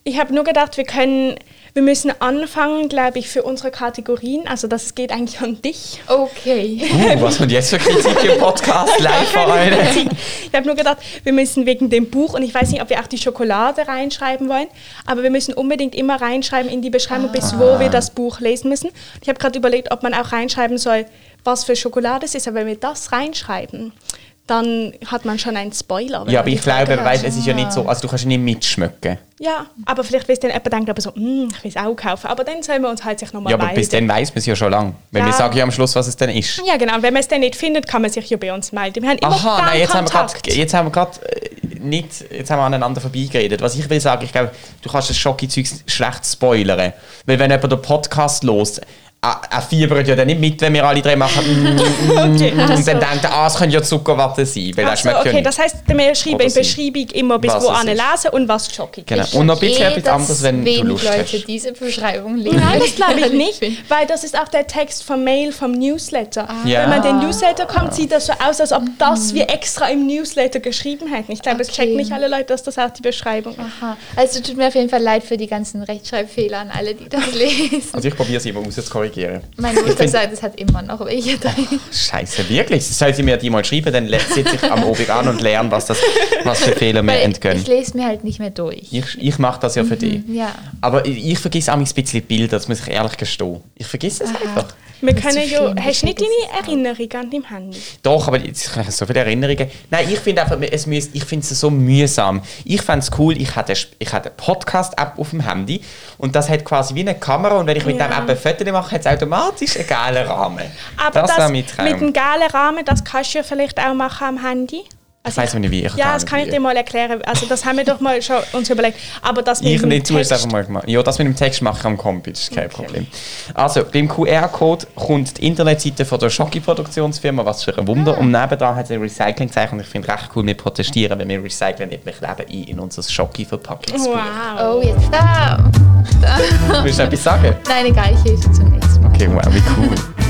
Speaker 2: ich habe nur gedacht, wir können, wir müssen anfangen, glaube ich, für unsere Kategorien. Also das geht eigentlich an dich.
Speaker 3: Okay.
Speaker 1: Uh, was kommt jetzt für Kritik im Podcast live vor allem?
Speaker 2: Ich habe nur gedacht, wir müssen wegen dem Buch, und ich weiß nicht, ob wir auch die Schokolade reinschreiben wollen, aber wir müssen unbedingt immer reinschreiben in die Beschreibung, bis wo
Speaker 1: Ah.
Speaker 2: wir das Buch lesen müssen. Ich habe gerade überlegt, ob man auch reinschreiben soll, was für Schokolade es ist, aber wenn wir das reinschreiben, dann hat man schon einen Spoiler. wenn
Speaker 1: Ja,
Speaker 2: man
Speaker 1: aber
Speaker 2: die
Speaker 1: ich
Speaker 2: Frage
Speaker 1: glaube,
Speaker 2: hat.
Speaker 1: weißt, es ist ja nicht so, also du kannst ja nicht mitschmecken.
Speaker 2: Ja, aber vielleicht will dann jemand denkt aber so, «Mm, ich will es auch kaufen. Aber dann sollen wir uns halt sich nochmal
Speaker 1: Ja, aber bis dann weiß man es ja schon lange. Weil
Speaker 2: Ja.
Speaker 1: wir sagen ja am Schluss, was es dann ist.
Speaker 2: Ja, genau. Wenn man es dann nicht findet, kann man sich ja bei uns melden. Wir haben immer
Speaker 1: Aha,
Speaker 2: dann
Speaker 1: nein, jetzt haben, wir
Speaker 2: Kontakt.
Speaker 1: grad, jetzt haben wir gerade nicht, jetzt haben wir aneinander vorbeigeredet. Was ich will sagen, ich glaube, du kannst das Schocki-Zeug schlecht spoilern. Weil wenn jemand den Podcast los, er fiebert ja dann nicht mit, wenn wir alle drei machen.
Speaker 2: Okay.
Speaker 1: mm, und dann denkt er, ah, es könnte ja Zuckerwatte sein. Weil
Speaker 2: Ach
Speaker 1: das
Speaker 2: so,
Speaker 1: schmeckt ja
Speaker 2: okay,
Speaker 1: nicht.
Speaker 2: das heisst, wir schreiben
Speaker 1: Oder
Speaker 2: in
Speaker 1: sie.
Speaker 2: Beschreibung immer, bis
Speaker 1: Was
Speaker 2: wo
Speaker 1: es
Speaker 2: ane
Speaker 1: ist.
Speaker 2: lesen und was schockig
Speaker 1: genau.
Speaker 2: ist.
Speaker 1: Und noch ein bisschen
Speaker 3: Eh,
Speaker 1: etwas
Speaker 3: dass
Speaker 1: anderes, wenn du
Speaker 3: wenig
Speaker 1: Lust
Speaker 3: Leute
Speaker 1: hast.
Speaker 3: diese Beschreibung lesen.
Speaker 2: Nein, das glaube ich
Speaker 3: finde-
Speaker 2: nicht, weil das ist auch der Text vom Mail vom Newsletter.
Speaker 1: Ah. Ja.
Speaker 2: Wenn man den Newsletter kommt, sieht das so aus, als ob das wir extra im Newsletter geschrieben hätten. Ich glaube, es
Speaker 3: Mhm. Okay.
Speaker 2: checken nicht alle Leute, dass das auch die Beschreibung ist.
Speaker 3: Aha. Also tut mir auf jeden Fall leid für die ganzen Rechtschreibfehler an alle, die das lesen.
Speaker 1: Also ich probiere es immer aus, zu korrigieren.
Speaker 3: Meine Mutter
Speaker 1: find-
Speaker 3: sagt, es hat immer noch welche drin.
Speaker 1: Scheiße, wirklich? Soll sie mir die mal schreiben, dann sitze ich am Obig an und lerne, was, das, was für Fehler mir
Speaker 3: Weil
Speaker 1: entgehen.
Speaker 3: Ich lese mir halt nicht mehr durch.
Speaker 1: Ich, ich mache das
Speaker 2: Mhm,
Speaker 1: ja für dich.
Speaker 3: ja.
Speaker 1: Aber ich, ich vergesse auch ein bisschen die Bilder, das muss ich ehrlich gestehen. Ich vergesse das einfach.
Speaker 2: Wir
Speaker 3: Das ist
Speaker 2: können
Speaker 3: so
Speaker 2: ja,
Speaker 3: schlimm,
Speaker 2: hast du
Speaker 3: ich
Speaker 2: nicht
Speaker 3: vergesse
Speaker 2: deine Erinnerung an deinem Handy?
Speaker 1: Doch, aber jetzt ich habe so viele Erinnerungen. Nein, ich finde einfach, es müß, ich finde es so mühsam. Ich fände es cool, ich hatte ich hatte eine Podcast-App auf dem Handy und das hat quasi wie eine Kamera und wenn ich mit
Speaker 2: Ja.
Speaker 1: dem App ein Foto mache, hat es automatisch einen geilen Rahmen.
Speaker 2: Aber das,
Speaker 1: wär mein
Speaker 2: mit
Speaker 1: Traum.
Speaker 2: dem geilen Rahmen, das kannst du ja vielleicht auch machen am Handy.
Speaker 1: Ich weiß nicht, wie ich
Speaker 2: Ja, das kann ich dir mal erklären. Also das haben wir doch mal schon uns überlegt. Aber das
Speaker 1: Ich
Speaker 2: dem
Speaker 1: nicht zu, ist
Speaker 2: Text-
Speaker 1: einfach mal gemacht. Ja, das mit dem Text mache ich am Kompi, das ist kein Problem. Also, beim QR-Code kommt die Internetseite von der Schocki-Produktionsfirma, was für ein
Speaker 2: Ah.
Speaker 1: Wunder. Und nebenan hat sie ein Recycling-Zeichen. Ich finde recht cool, wir protestieren, wenn wir recyceln nicht, wir kleben ein in unser Schocki-Verpackungsbuch.
Speaker 2: Wow.
Speaker 3: Oh, jetzt. Ah.
Speaker 1: Willst du etwas sagen?
Speaker 3: Nein, egal, ich hilfe zunächst.
Speaker 1: Okay, wow, wie cool.